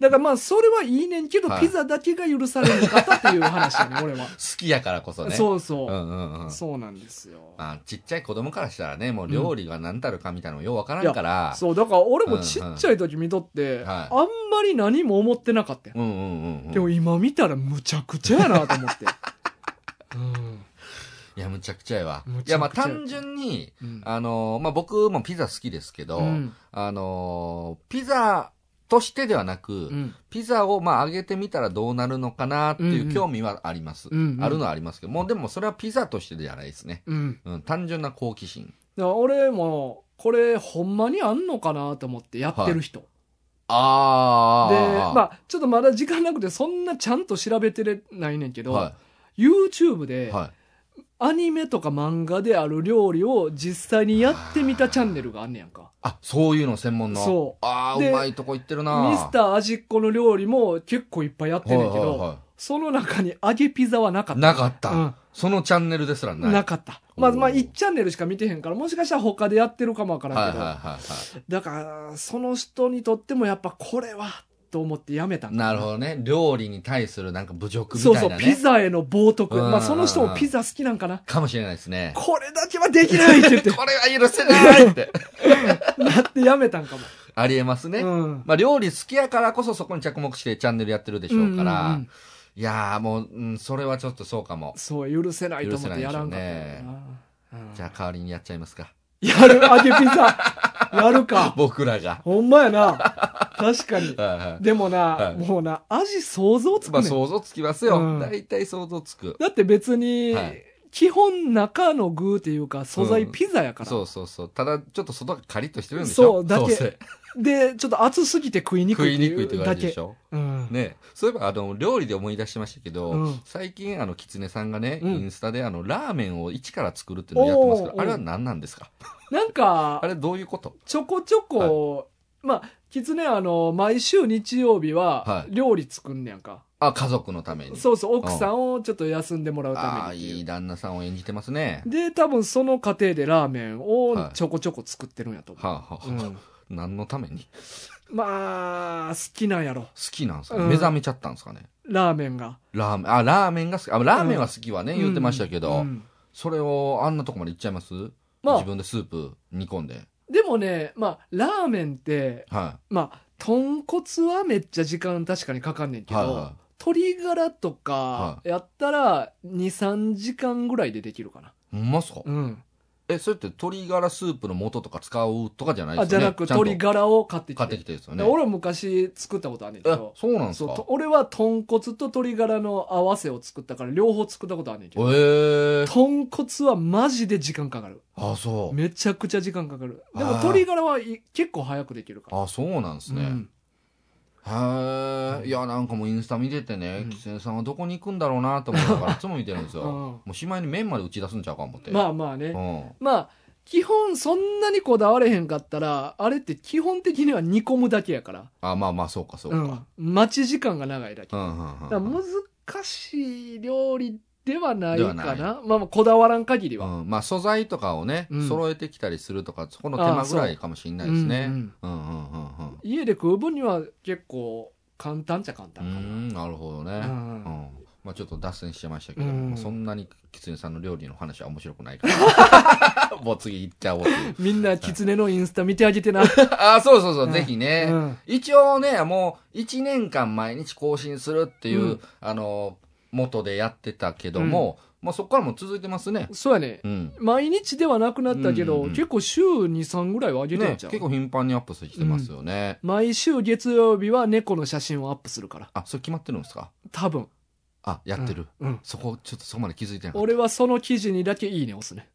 [SPEAKER 1] だからまあ、それはいいねんけど、
[SPEAKER 2] はい
[SPEAKER 1] ピザだけが許されなかったっていう話やね、俺は。
[SPEAKER 2] 好きやから こそね。
[SPEAKER 1] そうそうう。
[SPEAKER 2] んうんうん。
[SPEAKER 1] そうなんですよ。
[SPEAKER 2] まあ、ちっちゃい子供からしたらね、もう料理が何たるかみたいなのようわからんから。
[SPEAKER 1] そう、だから俺もちっちゃい時見とって、
[SPEAKER 2] んはい
[SPEAKER 1] あんまり何も思ってなかったよ、
[SPEAKER 2] うんうんうんうん。
[SPEAKER 1] でも今見たらむちゃくちゃやなと思 って。
[SPEAKER 2] いや、むちゃくちゃやわ。
[SPEAKER 1] む
[SPEAKER 2] い
[SPEAKER 1] ちゃ
[SPEAKER 2] や、まあ
[SPEAKER 1] くちゃや
[SPEAKER 2] 単純に、
[SPEAKER 1] うん。うん
[SPEAKER 2] あのーまあ僕もピザ好きですけど、
[SPEAKER 1] うん
[SPEAKER 2] あのーピザとしてではなく、
[SPEAKER 1] うん
[SPEAKER 2] ピザをまあ揚げてみたらどうなるのかなって
[SPEAKER 1] うん
[SPEAKER 2] い
[SPEAKER 1] うん
[SPEAKER 2] う興味はあります。
[SPEAKER 1] うんうん
[SPEAKER 2] あるのはありますけど、もうでもそれはピザとしてじゃないですね。
[SPEAKER 1] うん。
[SPEAKER 2] うん、単純な好奇心。
[SPEAKER 1] だから俺も、これほんまにあんのかなと思ってやってる人。
[SPEAKER 2] あ
[SPEAKER 1] で、
[SPEAKER 2] ー
[SPEAKER 1] まあ、ちょっとまだ時間なくてそんなちゃんと調べてれないねんけど、
[SPEAKER 2] は
[SPEAKER 1] YouTube
[SPEAKER 2] い。
[SPEAKER 1] で、
[SPEAKER 2] は
[SPEAKER 1] アニメとか漫画である料理を実際にやってみたチャンネルがあんねやんか。
[SPEAKER 2] い。あ、そういうの専門の。。
[SPEAKER 1] そう
[SPEAKER 2] ああ、
[SPEAKER 1] で
[SPEAKER 2] うまいとこ行ってるな
[SPEAKER 1] ミスター味っ子の料理も結構いっぱいやってんねんけ
[SPEAKER 2] はいは
[SPEAKER 1] ど、
[SPEAKER 2] いは
[SPEAKER 1] その中に揚げピザはなかっ
[SPEAKER 2] い
[SPEAKER 1] た。
[SPEAKER 2] なかった、
[SPEAKER 1] うん
[SPEAKER 2] そのチャンネルですらない。
[SPEAKER 1] なかった。まあまあ
[SPEAKER 2] おー
[SPEAKER 1] 1チャンネルしか見てへんから、もしかしたら他でやってるかもわか
[SPEAKER 2] はい
[SPEAKER 1] らん
[SPEAKER 2] はい
[SPEAKER 1] け
[SPEAKER 2] は
[SPEAKER 1] ど、
[SPEAKER 2] いは
[SPEAKER 1] だから、その人にとってもやっぱこれは、と思ってやめたん
[SPEAKER 2] い。
[SPEAKER 1] だ
[SPEAKER 2] なるほどね。料理に対するなんか侮辱みた
[SPEAKER 1] そ
[SPEAKER 2] いうなね。
[SPEAKER 1] そう、ピザへの冒涜。
[SPEAKER 2] うん
[SPEAKER 1] まあその人もピザ好きなんかな。
[SPEAKER 2] かもしれないですね。
[SPEAKER 1] これだけはできないって言って、
[SPEAKER 2] これは許せないって。
[SPEAKER 1] なってやめたんかも。
[SPEAKER 2] ありえますね。
[SPEAKER 1] うん。
[SPEAKER 2] まあ料理好きやからこそそこに着目してチャンネルやってるでしょうから。
[SPEAKER 1] うんうんうん
[SPEAKER 2] いやーもう、うん、それはちょっとそうかも。
[SPEAKER 1] そう、許せないと思ってやらんかったよな。うん
[SPEAKER 2] じゃあ代わりにやっちゃいますか。
[SPEAKER 1] やる、揚げピザ。やるか。
[SPEAKER 2] 僕らが。
[SPEAKER 1] ほんまやな。確かに。
[SPEAKER 2] はいはい
[SPEAKER 1] でもな、
[SPEAKER 2] はい
[SPEAKER 1] もうな、味想像つく
[SPEAKER 2] ま
[SPEAKER 1] ね
[SPEAKER 2] あ
[SPEAKER 1] ん、
[SPEAKER 2] 想像つきますよ。
[SPEAKER 1] うん
[SPEAKER 2] 大体想像つく。
[SPEAKER 1] だって別に、
[SPEAKER 2] はい
[SPEAKER 1] 基本中の具っていうか素材
[SPEAKER 2] うん
[SPEAKER 1] ピザやから。
[SPEAKER 2] そうそうそう。ただ、ちょっと外がカリッとしてるんでし
[SPEAKER 1] そ
[SPEAKER 2] ょ
[SPEAKER 1] うだけ
[SPEAKER 2] どせ
[SPEAKER 1] で、ちょっと熱すぎて食いにく
[SPEAKER 2] 食
[SPEAKER 1] い
[SPEAKER 2] い
[SPEAKER 1] って
[SPEAKER 2] に
[SPEAKER 1] いう
[SPEAKER 2] くいって感
[SPEAKER 1] だ
[SPEAKER 2] じで
[SPEAKER 1] け
[SPEAKER 2] し。ょ
[SPEAKER 1] うん。
[SPEAKER 2] ねそういえば、あの、料理で思い出しましたけど、
[SPEAKER 1] うん
[SPEAKER 2] 最近、あの、きつねさんがね、
[SPEAKER 1] うん
[SPEAKER 2] インスタで、あの、ラーメンを一から作るっていうのをやってますけ
[SPEAKER 1] おー
[SPEAKER 2] ど、あれは何なんですか
[SPEAKER 1] なんか
[SPEAKER 2] あ、れどういうこと
[SPEAKER 1] ちょこちょこ、まあ、きつねあの、毎週日曜日は
[SPEAKER 2] は
[SPEAKER 1] 料理作んねやんか。
[SPEAKER 2] あ、家族のために。
[SPEAKER 1] そうそう、奥さんをちょっと休んでもらうた
[SPEAKER 2] ああ、
[SPEAKER 1] めにっていう
[SPEAKER 2] いい旦那さんを演じてますね。
[SPEAKER 1] で、多分その過程でラーメンを
[SPEAKER 2] はい
[SPEAKER 1] ちょこちょこ作ってるんやと思う。
[SPEAKER 2] はあ、はあ、
[SPEAKER 1] うん
[SPEAKER 2] 何のために好
[SPEAKER 1] まあ、好きなんやろ。
[SPEAKER 2] きなんですか、
[SPEAKER 1] うん
[SPEAKER 2] 目覚めちゃったんですかね
[SPEAKER 1] ラーメンが。
[SPEAKER 2] ラーメン、あ、ラーメンが好き。あ、ラーメンは好きはね、言ってましたけど、
[SPEAKER 1] うんうん
[SPEAKER 2] それをあんなとこまで行っちゃいます、
[SPEAKER 1] まあ、
[SPEAKER 2] 自分でスープ煮込んで。
[SPEAKER 1] でもね、まあ、ラーメンって、
[SPEAKER 2] は
[SPEAKER 1] まあ、豚骨はめっちゃ時間確かにかかんねん
[SPEAKER 2] い。
[SPEAKER 1] けど、
[SPEAKER 2] はい、は
[SPEAKER 1] 鶏ガラとか
[SPEAKER 2] は
[SPEAKER 1] やったら2、3時間ぐらいでできるかな。
[SPEAKER 2] い。うまっすか、
[SPEAKER 1] うん。
[SPEAKER 2] え、それって鶏ガラスープの素とか使うとかじゃない
[SPEAKER 1] あ、
[SPEAKER 2] ですよね
[SPEAKER 1] じゃなく
[SPEAKER 2] ちんと
[SPEAKER 1] 鶏ガラを買ってき
[SPEAKER 2] 買って
[SPEAKER 1] て。
[SPEAKER 2] きてですよね。
[SPEAKER 1] 俺は昔作ったことあんねんけ
[SPEAKER 2] え
[SPEAKER 1] ど、、
[SPEAKER 2] そうなんです
[SPEAKER 1] そう
[SPEAKER 2] か
[SPEAKER 1] と俺は豚骨と鶏ガラの合わせを作ったから両方作ったことあんねんけ
[SPEAKER 2] え
[SPEAKER 1] ど
[SPEAKER 2] ー。
[SPEAKER 1] 豚骨はマジで時間かかる
[SPEAKER 2] あ、そう。
[SPEAKER 1] めちゃくちゃ時間かかるでも
[SPEAKER 2] あー
[SPEAKER 1] 鶏ガラはい結構早くできるから
[SPEAKER 2] あ、そうなんですね。
[SPEAKER 1] うん
[SPEAKER 2] へえ。いや、なんかもうインスタ見ててね
[SPEAKER 1] うん、
[SPEAKER 2] キツネさんはどこに行くんだろうなと思ったから、いつも見てるんですよ。
[SPEAKER 1] うん
[SPEAKER 2] もうしまいに麺まで打ち出すんちゃうか思って。
[SPEAKER 1] まあまあね、
[SPEAKER 2] うん。
[SPEAKER 1] まあ基本そんなにこだわれへんかったらあれって基本的には煮込むだけやから
[SPEAKER 2] あ、まあまあ、そうか、そうか。
[SPEAKER 1] うん、待ち時間が長いだけ、
[SPEAKER 2] うん、うん、うん。
[SPEAKER 1] だから難しい料理ではないかな
[SPEAKER 2] ではな
[SPEAKER 1] まあまあこだわらん限りは、
[SPEAKER 2] うん、まあ素材とかをね、
[SPEAKER 1] うん
[SPEAKER 2] 揃えてきたりするとか、そこの手間ぐらいかもしれないです
[SPEAKER 1] あそう
[SPEAKER 2] ね。うんうんうんうん。
[SPEAKER 1] 家で食う分には結構簡単っちゃ簡
[SPEAKER 2] う
[SPEAKER 1] 単かな、
[SPEAKER 2] ん、なるほどね。
[SPEAKER 1] う
[SPEAKER 2] うんん。まあちょっと脱線してましたけど、
[SPEAKER 1] うん
[SPEAKER 2] まあそんなにキツネさんの料理の話は面白くないから。もう次行っちゃおうっていう。
[SPEAKER 1] みんな狐のインスタ見 てあげて な、
[SPEAKER 2] あ、そうそうそうう、
[SPEAKER 1] ん
[SPEAKER 2] ぜひね。
[SPEAKER 1] うん
[SPEAKER 2] 一応ね、もう1年間毎日更新するっていう、
[SPEAKER 1] うん
[SPEAKER 2] あの、元でやってたけども、まあそこからも続いてますね。
[SPEAKER 1] そうやね
[SPEAKER 2] うん。
[SPEAKER 1] 毎日ではなくなったけど、
[SPEAKER 2] うんうんうん
[SPEAKER 1] 結構週23ぐらいは上げて
[SPEAKER 2] ね、
[SPEAKER 1] んじゃん、
[SPEAKER 2] 結構頻繁にアップしてますよね。
[SPEAKER 1] 毎週月曜日は猫の写真をアップするから
[SPEAKER 2] あ、それ決まってるんですか
[SPEAKER 1] 多分
[SPEAKER 2] あ、やってる。
[SPEAKER 1] うん
[SPEAKER 2] そこ、ちょっとそこまで気づいてなかっ
[SPEAKER 1] 俺はその記事にだけいいね押すね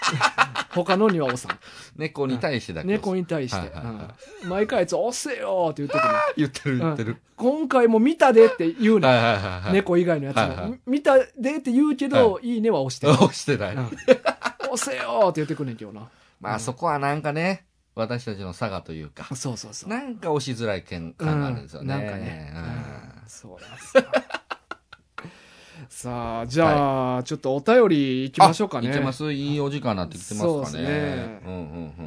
[SPEAKER 1] 他のにはおさん。
[SPEAKER 2] 猫に対してだけど。
[SPEAKER 1] 猫に対して。
[SPEAKER 2] はいはいは
[SPEAKER 1] うん毎回あいつ、押せよって言ってくる。
[SPEAKER 2] 言ってる言ってる。
[SPEAKER 1] 今回も見たでって言う
[SPEAKER 2] は
[SPEAKER 1] ね
[SPEAKER 2] いはいはいはい。
[SPEAKER 1] 猫以外のやつ
[SPEAKER 2] はいは
[SPEAKER 1] も
[SPEAKER 2] い。
[SPEAKER 1] 見たでって言うけど、いいねは押してる。
[SPEAKER 2] 押してない。
[SPEAKER 1] うん押せよって言ってくんねんけどな。
[SPEAKER 2] まあそこはなんかね、私たちの差がというか、
[SPEAKER 1] そうそうそう。
[SPEAKER 2] なんか押しづらい感があるんですよね。
[SPEAKER 1] うんなんかね。
[SPEAKER 2] う
[SPEAKER 1] う
[SPEAKER 2] ん
[SPEAKER 1] んそうなんですよさあ、じゃあ、ちょっとお便りいきましょうかね。
[SPEAKER 2] あいけますいいお時間になってきてますかね。
[SPEAKER 1] そうですね
[SPEAKER 2] うんうんう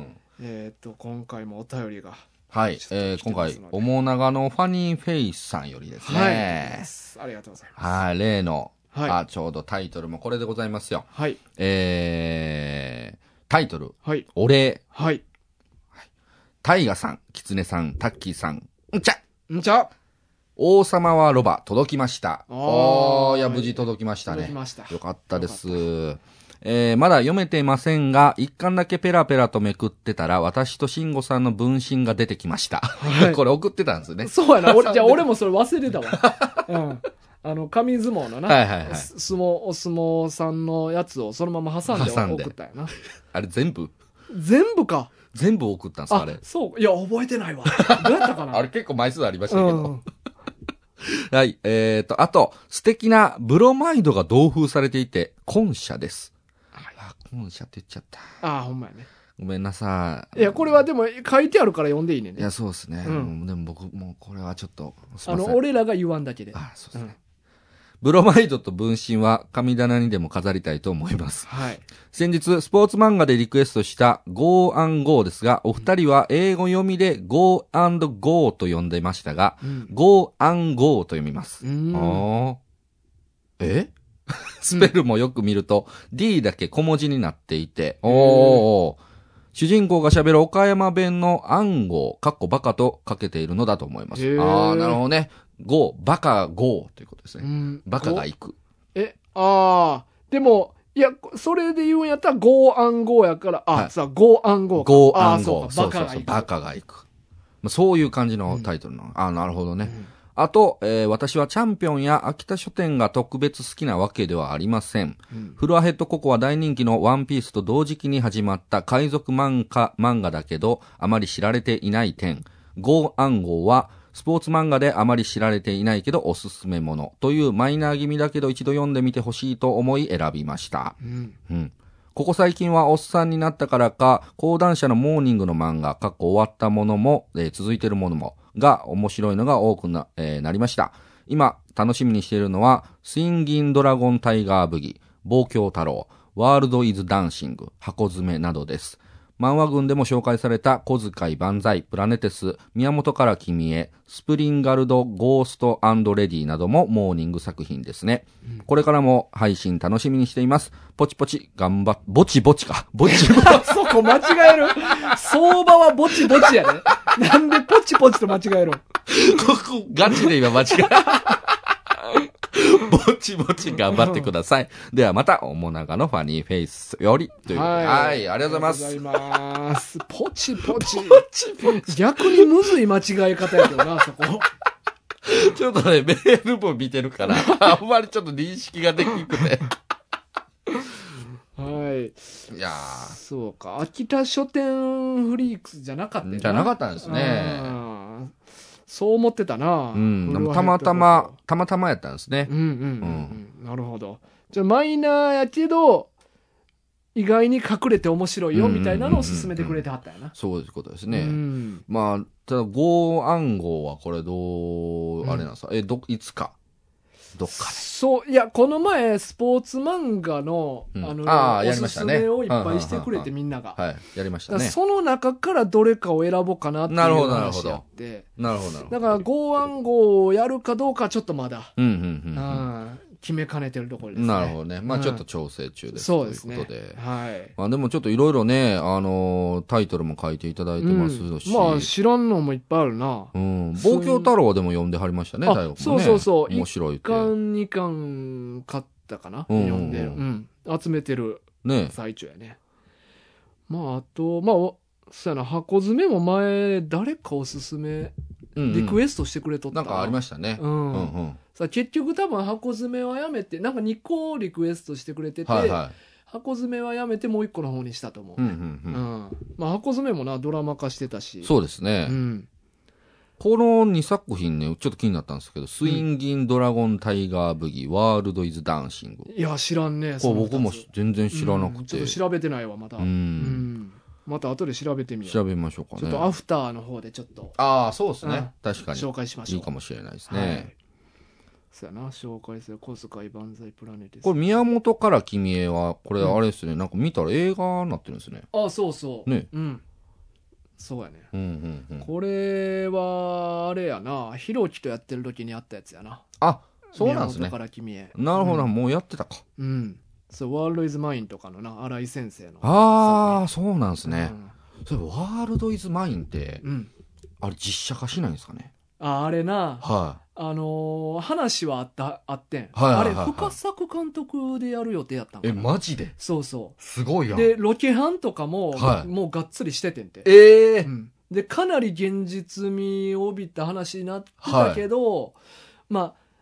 [SPEAKER 2] ん。
[SPEAKER 1] えーっと、今回もお便りが。
[SPEAKER 2] はい
[SPEAKER 1] ち。ょっ
[SPEAKER 2] え
[SPEAKER 1] と来
[SPEAKER 2] ー
[SPEAKER 1] て
[SPEAKER 2] 今
[SPEAKER 1] ます
[SPEAKER 2] 回
[SPEAKER 1] の、で
[SPEAKER 2] おもながのファニーフェイスさんよりですね。
[SPEAKER 1] はい。ありがとうございます。
[SPEAKER 2] はい。例の、
[SPEAKER 1] はい
[SPEAKER 2] あ、ちょうどタイトルもこれでございますよ。
[SPEAKER 1] はい。
[SPEAKER 2] えー、タイトル、
[SPEAKER 1] はい。
[SPEAKER 2] お礼、
[SPEAKER 1] はい。
[SPEAKER 2] タイガさん、キツネさん、タッキーさん、んちゃ
[SPEAKER 1] んじゃ
[SPEAKER 2] 王様はロバ、届きました。
[SPEAKER 1] あー
[SPEAKER 2] おー、いや、無事届きましたね。
[SPEAKER 1] 届きました
[SPEAKER 2] よかったです。えーまだ読めていませんが、一巻だけペラペラとめくってたら、私と慎吾さんの分身が出てきました。
[SPEAKER 1] はい
[SPEAKER 2] これ送ってたんですね。
[SPEAKER 1] そうやな。 俺、じゃあ俺もそれ忘れたわ。うん。あの、紙相撲のな。
[SPEAKER 2] はいはいはい
[SPEAKER 1] す相撲、お相撲さんのやつをそのまま挟んで
[SPEAKER 2] 挟んで
[SPEAKER 1] 送ったんやな。
[SPEAKER 2] あれ全部
[SPEAKER 1] 全部か。
[SPEAKER 2] 全部送ったんです、あ
[SPEAKER 1] あ
[SPEAKER 2] れ、。
[SPEAKER 1] そう。いや、覚えてないわ。どうやったかな。
[SPEAKER 2] あれ結構枚数ありました
[SPEAKER 1] う
[SPEAKER 2] けど。
[SPEAKER 1] ん。
[SPEAKER 2] はい。えー、と、あと、素敵なブロマイドが同封されていて、今社です。
[SPEAKER 1] はい
[SPEAKER 2] あ、今社って言っちゃった。
[SPEAKER 1] ああ、ほんまやね。
[SPEAKER 2] ごめんなさい。
[SPEAKER 1] いや、これはでも書いてあるから読んでいいねん
[SPEAKER 2] い
[SPEAKER 1] ね。
[SPEAKER 2] や、そうですね。
[SPEAKER 1] うん
[SPEAKER 2] うんでも僕、もうこれはちょっと、すい
[SPEAKER 1] あ
[SPEAKER 2] ません
[SPEAKER 1] の、俺らが言わんだけで。
[SPEAKER 2] あ、そうです
[SPEAKER 1] う
[SPEAKER 2] ね。
[SPEAKER 1] ん。
[SPEAKER 2] ブロマイドと分身は神棚にでも飾りたいと思います。
[SPEAKER 1] はい。
[SPEAKER 2] 先日、スポーツ漫画でリクエストした Go&Go ですが、お二人は英語読みで Go&Go と呼んでましたが、
[SPEAKER 1] うん。
[SPEAKER 2] Go&Go と読みます。
[SPEAKER 1] うん
[SPEAKER 2] あーえ スペルもよく見ると、D だけ小文字になっていて、おーおー主人公が喋る岡山弁の暗号、カッコバカとかけているのだと思います。
[SPEAKER 1] へー
[SPEAKER 2] ああ、なるほどね。Go、バカ Go ということです
[SPEAKER 1] う
[SPEAKER 2] ね。
[SPEAKER 1] ん
[SPEAKER 2] バカが行く。
[SPEAKER 1] え、ああ、でも、いや、それで言うんやったら、ゴーアンゴーやから、あ、
[SPEAKER 2] はい
[SPEAKER 1] さあ、ゴーアンゴーか。
[SPEAKER 2] Go
[SPEAKER 1] ああ
[SPEAKER 2] and
[SPEAKER 1] そう
[SPEAKER 2] Go。
[SPEAKER 1] か
[SPEAKER 2] そ
[SPEAKER 1] バ
[SPEAKER 2] うそ
[SPEAKER 1] カ
[SPEAKER 2] う
[SPEAKER 1] が
[SPEAKER 2] そ。
[SPEAKER 1] いうい。
[SPEAKER 2] バカが行く。まあそういう感じのタイトルなの。ああ、なるほどね。
[SPEAKER 1] うん
[SPEAKER 2] あと、えー私はチャンピオンや秋田書店が特別好きなわけではありません。
[SPEAKER 1] うん
[SPEAKER 2] フロアヘッドココは大人気のワンピースと同時期に始まった海賊漫画漫画だけど、あまり知られていない点。ゴーアンゴーは、スポーツ漫画であまり知られていないけどおすすめものというマイナー気味だけど一度読んでみてほしいと思い選びました。
[SPEAKER 1] うん。
[SPEAKER 2] うん。ここ最近はおっさんになったからか、講談社のモーニングの漫画、過去終わったものも、えー続いてるものも、が面白いのが多くな、えーなりました。今、楽しみにしているのは、スインギンドラゴンタイガーブギ、望郷太郎、ワールドイズダンシング、箱詰めなどです。漫画群でも紹介された小遣い万歳、プラネテス、宮本から君へ、スプリンガルド、ゴーストレディなどもモーニング作品ですね。これからも配信楽しみにしています。ポチポチ、頑張っ、ぼちぼちか。ぼちぼ ち。
[SPEAKER 1] あそこ間違える。相場はぼちぼちやね。なんでポチポチと間違えるん
[SPEAKER 2] ここガチで今間違え。 ぼちぼち頑張ってください。ではまた、おもながのファニーフェイスより。というはい、ありがとうございます。
[SPEAKER 1] ありがとうございます。ポチポチ。ポチポチ。逆にむずい間違え方やけどな、そこ。
[SPEAKER 2] ちょっとね、メールも見てるから、あんまりちょっと認識ができなくて。
[SPEAKER 1] はい。
[SPEAKER 2] いや
[SPEAKER 1] そうか。秋田書店フリークスじゃなかったよ
[SPEAKER 2] ー、じゃなかったんですね。
[SPEAKER 1] ね。そう思ってたな。
[SPEAKER 2] うん、で
[SPEAKER 1] フロ
[SPEAKER 2] も
[SPEAKER 1] ア
[SPEAKER 2] た
[SPEAKER 1] ヘッドコー
[SPEAKER 2] またま
[SPEAKER 1] ト、
[SPEAKER 2] たまたまやったんですね
[SPEAKER 1] う。んうんうんうん。なるほど。じゃあマイナーやけど、意外に隠れて面白いよ
[SPEAKER 2] うん
[SPEAKER 1] みたいなのを勧めてくれてはったよな。
[SPEAKER 2] そういうことです
[SPEAKER 1] う
[SPEAKER 2] ね。
[SPEAKER 1] ん。
[SPEAKER 2] まあ、ただ、5暗号はこれど
[SPEAKER 1] うん
[SPEAKER 2] う、あれなんですか、え、ど、いつか。どっか
[SPEAKER 1] そう、いや、この前、スポーツ漫画の、
[SPEAKER 2] うん
[SPEAKER 1] あ
[SPEAKER 2] あ
[SPEAKER 1] の、
[SPEAKER 2] あ
[SPEAKER 1] お
[SPEAKER 2] やり
[SPEAKER 1] す
[SPEAKER 2] まし
[SPEAKER 1] す
[SPEAKER 2] たね
[SPEAKER 1] めをいっぱいしてくれて、
[SPEAKER 2] うん
[SPEAKER 1] みんなが。
[SPEAKER 2] で。はい。やりまし
[SPEAKER 1] だか
[SPEAKER 2] た
[SPEAKER 1] ら
[SPEAKER 2] ね。
[SPEAKER 1] その中からどれかを選ぼうかなっていう
[SPEAKER 2] なるほどなるほ
[SPEAKER 1] 話
[SPEAKER 2] ど
[SPEAKER 1] やって。
[SPEAKER 2] なるほど、なるほ
[SPEAKER 1] だ
[SPEAKER 2] ど。
[SPEAKER 1] から、5暗号をやるかどうか、ちょっとまだ、
[SPEAKER 2] うん、うん、
[SPEAKER 1] うん決めかねてるところ
[SPEAKER 2] う
[SPEAKER 1] です
[SPEAKER 2] ん。
[SPEAKER 1] ね。
[SPEAKER 2] なるほどね。まあ、
[SPEAKER 1] うん
[SPEAKER 2] ちょっと調整中です。
[SPEAKER 1] そうですね。
[SPEAKER 2] ということで。
[SPEAKER 1] はい。
[SPEAKER 2] まあ、でもちょっといろいろね、あのータイトルも書いていただいてますし。
[SPEAKER 1] うんまあ知らんのもいっぱいあるな
[SPEAKER 2] うん。望郷太郎でも読んではりましたね、
[SPEAKER 1] あ
[SPEAKER 2] 大学もね。
[SPEAKER 1] そうそうそう
[SPEAKER 2] 面白いっ
[SPEAKER 1] 1
[SPEAKER 2] て。
[SPEAKER 1] 巻2巻買ったかな
[SPEAKER 2] うん
[SPEAKER 1] 読んでる、うん、集めてる
[SPEAKER 2] ね。
[SPEAKER 1] 最中やねまああとまあおそうやな箱詰めも前誰かおすすめ
[SPEAKER 2] うん
[SPEAKER 1] リク
[SPEAKER 2] エ
[SPEAKER 1] エストしてくれとった、
[SPEAKER 2] なんかありま
[SPEAKER 1] し
[SPEAKER 2] したね。
[SPEAKER 1] うん
[SPEAKER 2] う、ん、うん。
[SPEAKER 1] さあ結局多分箱詰めはやめてなんか2個リクエストしてくれてて、
[SPEAKER 2] はいは
[SPEAKER 1] 箱詰めはやめてもう一個の方にしたと思う。う
[SPEAKER 2] う
[SPEAKER 1] んん。
[SPEAKER 2] うんうん。
[SPEAKER 1] まあ、箱詰めもな、ドラマ化してたし。
[SPEAKER 2] そうです
[SPEAKER 1] う
[SPEAKER 2] ね。
[SPEAKER 1] ん。
[SPEAKER 2] この2作品ね、ちょっと気になったんですけど、スインギン・ドラゴン・タイガー・ブギー、ワールド・イズ・ダンシング。
[SPEAKER 1] いや、知らんね。
[SPEAKER 2] こ
[SPEAKER 1] そ
[SPEAKER 2] れ
[SPEAKER 1] の二つ
[SPEAKER 2] 僕も全然知らな
[SPEAKER 1] う
[SPEAKER 2] く
[SPEAKER 1] んちょ
[SPEAKER 2] て
[SPEAKER 1] っと。調べてないわ、まだ。
[SPEAKER 2] う。
[SPEAKER 1] うんん。また後で調べてみよう。
[SPEAKER 2] 調べましょうかね。
[SPEAKER 1] ちょっとアフターの方でちょっと
[SPEAKER 2] ああ、そうですね。確かに。
[SPEAKER 1] 紹介しましょう。
[SPEAKER 2] いいかもしれないです
[SPEAKER 1] は
[SPEAKER 2] ね
[SPEAKER 1] い。。そうやな、紹介する小遣い万歳プラネテス。
[SPEAKER 2] これ、宮本から君へは、これ、あれですね、なんか見たら映画になってるんですね。
[SPEAKER 1] あ、そうそう。
[SPEAKER 2] ね
[SPEAKER 1] うん。そうやね。
[SPEAKER 2] うんうんうん。
[SPEAKER 1] これは、あれやな、ひろきとやってる時にあったやつやな。
[SPEAKER 2] あ、そうなんです
[SPEAKER 1] 宮本
[SPEAKER 2] ね
[SPEAKER 1] か。ら君へ。
[SPEAKER 2] なるほど、
[SPEAKER 1] うん。
[SPEAKER 2] もうやってたか。
[SPEAKER 1] うんそう、ワールドイズマインとかのな、荒井先生の。
[SPEAKER 2] ああ、そうなんです
[SPEAKER 1] そう
[SPEAKER 2] ね。それ、ワールド・イズ・マインって、
[SPEAKER 1] うん。うん。
[SPEAKER 2] あれ、実写化しないんですかね。
[SPEAKER 1] あ、あれな、
[SPEAKER 2] は
[SPEAKER 1] あのー話はあった、あってん。
[SPEAKER 2] はいはいはいはい
[SPEAKER 1] あれ、深作監督でやる予定やったん
[SPEAKER 2] い。
[SPEAKER 1] か
[SPEAKER 2] え、
[SPEAKER 1] な
[SPEAKER 2] マジです
[SPEAKER 1] そうそ。
[SPEAKER 2] すごいうやん。
[SPEAKER 1] で、ロケハンとかも、
[SPEAKER 2] はい
[SPEAKER 1] もうがっつりしててんて。
[SPEAKER 2] ええ
[SPEAKER 1] うんでかなり現実味を帯びた話になってたけど、まあ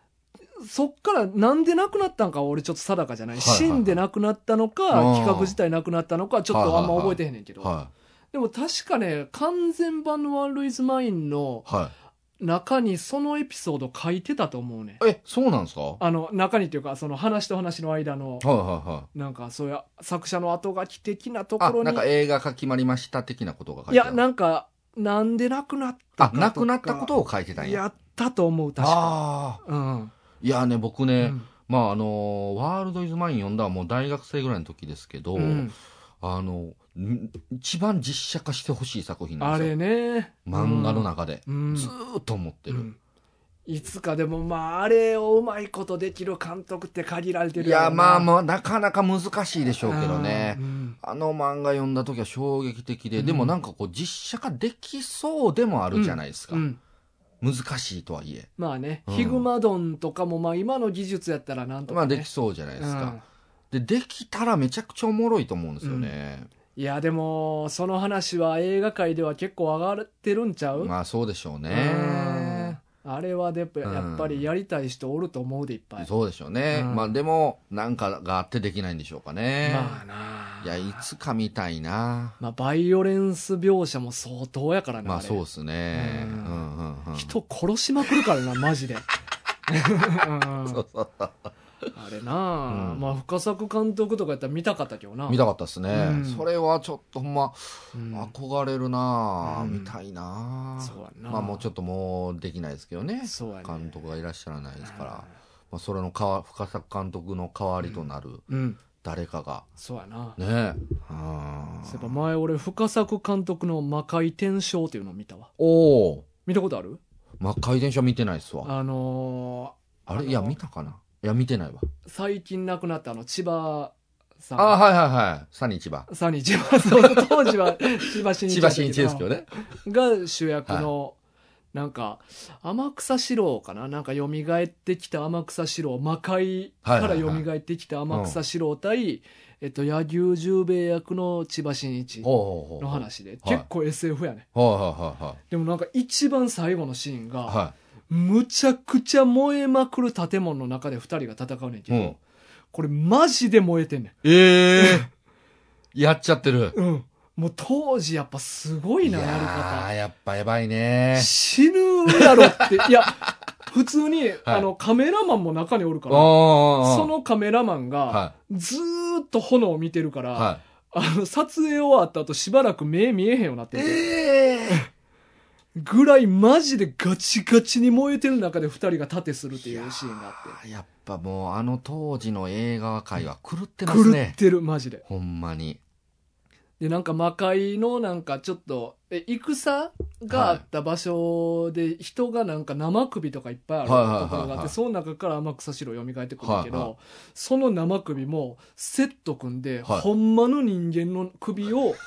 [SPEAKER 1] そっからなんでなくなったんかは俺ちょっと定かじゃない、
[SPEAKER 2] はいはいはい
[SPEAKER 1] 死んでなくなったのか
[SPEAKER 2] あー
[SPEAKER 1] 企画自体なくなったのかちょっとあんま覚えてへんねんけど、
[SPEAKER 2] は
[SPEAKER 1] でも確かね完全版の「ワンルイズ・マイン」の
[SPEAKER 2] い。は
[SPEAKER 1] 中にそのエピソード書いてたと思うね
[SPEAKER 2] い。え、そうなんですかはい
[SPEAKER 1] あの中にっていうかその話と話の間の
[SPEAKER 2] はいは
[SPEAKER 1] なんかそういう作者の後書き的なと
[SPEAKER 2] い。あ
[SPEAKER 1] こ、ろ
[SPEAKER 2] なん
[SPEAKER 1] に
[SPEAKER 2] か映画化決まりました的なことが書
[SPEAKER 1] い
[SPEAKER 2] いてある。
[SPEAKER 1] やなんかなんでなくなった
[SPEAKER 2] あ
[SPEAKER 1] か、とか
[SPEAKER 2] なくなったことを書いてたんや。
[SPEAKER 1] やったと思う、確か。
[SPEAKER 2] ああ。
[SPEAKER 1] うん。
[SPEAKER 2] いやね、僕
[SPEAKER 1] う
[SPEAKER 2] ね、
[SPEAKER 1] ん
[SPEAKER 2] まああの、ワールドイズマイン読んだのはもう大学生ぐらいの時ですけど、
[SPEAKER 1] うん
[SPEAKER 2] あの、ん一番実写化してほしい作品な
[SPEAKER 1] あ
[SPEAKER 2] んです
[SPEAKER 1] れ
[SPEAKER 2] よ。
[SPEAKER 1] ね。
[SPEAKER 2] 漫画の中で。
[SPEAKER 1] うん。
[SPEAKER 2] ずーっと思って
[SPEAKER 1] う
[SPEAKER 2] る。
[SPEAKER 1] んいつかでも、まあ、あれをうまいことできる監督って限られて
[SPEAKER 2] い
[SPEAKER 1] るろ
[SPEAKER 2] や、
[SPEAKER 1] うな
[SPEAKER 2] まあまあ、なかなか難しいでしょうけど
[SPEAKER 1] う
[SPEAKER 2] ね。
[SPEAKER 1] ん
[SPEAKER 2] あの漫画読んだ時は衝撃的で、
[SPEAKER 1] うん
[SPEAKER 2] でもなんかこう実写化できそうでもあるじゃないですか。
[SPEAKER 1] うん
[SPEAKER 2] 難しいとはいえ。
[SPEAKER 1] まあね、
[SPEAKER 2] うん
[SPEAKER 1] ヒグマドンとかも、まあ、今の技術やったらなんと
[SPEAKER 2] ま
[SPEAKER 1] か
[SPEAKER 2] あ
[SPEAKER 1] ね、
[SPEAKER 2] できそうじゃないです
[SPEAKER 1] う
[SPEAKER 2] か
[SPEAKER 1] ん。
[SPEAKER 2] で、できたらめちゃくちゃおもろいと思うんですよね。
[SPEAKER 1] いや、でも、その話は映画界では結構上がってるんちゃう、
[SPEAKER 2] まあそうでしょうね。
[SPEAKER 1] うんあれはでっぱ、
[SPEAKER 2] うん
[SPEAKER 1] やっぱりやりたい人おると思うでいっぱい。
[SPEAKER 2] そうでしょうね。
[SPEAKER 1] うん
[SPEAKER 2] まあでも、なんかがあってできないんでしょうかね。
[SPEAKER 1] まあなあ
[SPEAKER 2] いや、いつか見たいな。
[SPEAKER 1] まあ、バイオレンス描写も相当やからな。
[SPEAKER 2] まあ
[SPEAKER 1] れ
[SPEAKER 2] そうですね。う
[SPEAKER 1] うんん
[SPEAKER 2] うんうん。
[SPEAKER 1] 人殺しまくるからな、マ ジで。うん
[SPEAKER 2] そうそうそう
[SPEAKER 1] あれなあ、
[SPEAKER 2] うん
[SPEAKER 1] まあ深作監督とかやったら見たかったけどな。
[SPEAKER 2] 見たかったですね、
[SPEAKER 1] うん
[SPEAKER 2] それはちょっとほんま、
[SPEAKER 1] うん
[SPEAKER 2] 憧れるな、
[SPEAKER 1] うん
[SPEAKER 2] 見たいな
[SPEAKER 1] そうやな
[SPEAKER 2] まあもうちょっともうできないですけどね。
[SPEAKER 1] そうやね
[SPEAKER 2] 監督がいらっしゃらないですから。まあそれのかわ深作監督の代わりとなる
[SPEAKER 1] うん、
[SPEAKER 2] 誰かが。
[SPEAKER 1] そうやな。
[SPEAKER 2] ねうん
[SPEAKER 1] そういえば前俺深作監督の魔界転生っていうのを見たわ。
[SPEAKER 2] おお
[SPEAKER 1] 見たことある
[SPEAKER 2] まあ回転車見てないっすわ。
[SPEAKER 1] あの
[SPEAKER 2] あ
[SPEAKER 1] あ
[SPEAKER 2] れ
[SPEAKER 1] の
[SPEAKER 2] いや、見たかないや、見てないわ。
[SPEAKER 1] ー最近亡くなったあの千葉さん。
[SPEAKER 2] ああ、はいはいはい。サニー千葉。
[SPEAKER 1] さんに千葉、そう当時は千葉真一
[SPEAKER 2] 千
[SPEAKER 1] や
[SPEAKER 2] 葉
[SPEAKER 1] ったけ
[SPEAKER 2] 真
[SPEAKER 1] ど
[SPEAKER 2] 一ですけどね。
[SPEAKER 1] が主役の、なんか天草四郎かななんか蘇ってきた天草四郎魔界から
[SPEAKER 2] はいはい
[SPEAKER 1] 蘇
[SPEAKER 2] はい
[SPEAKER 1] ってきた天草四郎対、えっと、柳生十兵衛役の千葉真一
[SPEAKER 2] おお
[SPEAKER 1] の話で
[SPEAKER 2] はい
[SPEAKER 1] 結構 SF やね、
[SPEAKER 2] はいは
[SPEAKER 1] でもなんか一番最後のシーン
[SPEAKER 2] い
[SPEAKER 1] が、
[SPEAKER 2] は
[SPEAKER 1] むちゃくちゃ燃えまくる建物の中で二人が戦うねんけ
[SPEAKER 2] い。
[SPEAKER 1] ど、
[SPEAKER 2] はい。うん。
[SPEAKER 1] これマジで燃えてんね
[SPEAKER 2] ええやっちゃってる。
[SPEAKER 1] ん、うん、もう当時やっぱすごいなやり方
[SPEAKER 2] ああ、やっぱやばいね。
[SPEAKER 1] 死ぬやろって。いや、普通に、あの、カメラマンも中におるか
[SPEAKER 2] あ
[SPEAKER 1] ら、
[SPEAKER 2] あ。
[SPEAKER 1] そ、のカメラマンが、
[SPEAKER 2] は
[SPEAKER 1] ずーっと炎を見てるから、
[SPEAKER 2] い。は
[SPEAKER 1] あの、撮影終わった後しばらく目見えへんようになっ
[SPEAKER 2] い。
[SPEAKER 1] てる。
[SPEAKER 2] ええ
[SPEAKER 1] ぐらいマジでガチガチに燃えてる中で二人が盾するっていうシーンがあっ
[SPEAKER 2] やっぱもうあの当時の映画界は狂って
[SPEAKER 1] て。
[SPEAKER 2] ます
[SPEAKER 1] 狂っ
[SPEAKER 2] ね。
[SPEAKER 1] てる、マジで。
[SPEAKER 2] ほんまに。
[SPEAKER 1] で、なんか魔界のなんかちょっと、え、戦があった場所で人がなんか生首とかいっぱいあるとこ
[SPEAKER 2] はい
[SPEAKER 1] ろ
[SPEAKER 2] はいはいはい
[SPEAKER 1] があって、その中から天草四郎蘇ってくるけ
[SPEAKER 2] はいは
[SPEAKER 1] ど、その生首もセット組んで、
[SPEAKER 2] はい
[SPEAKER 1] ほんまの人間の首を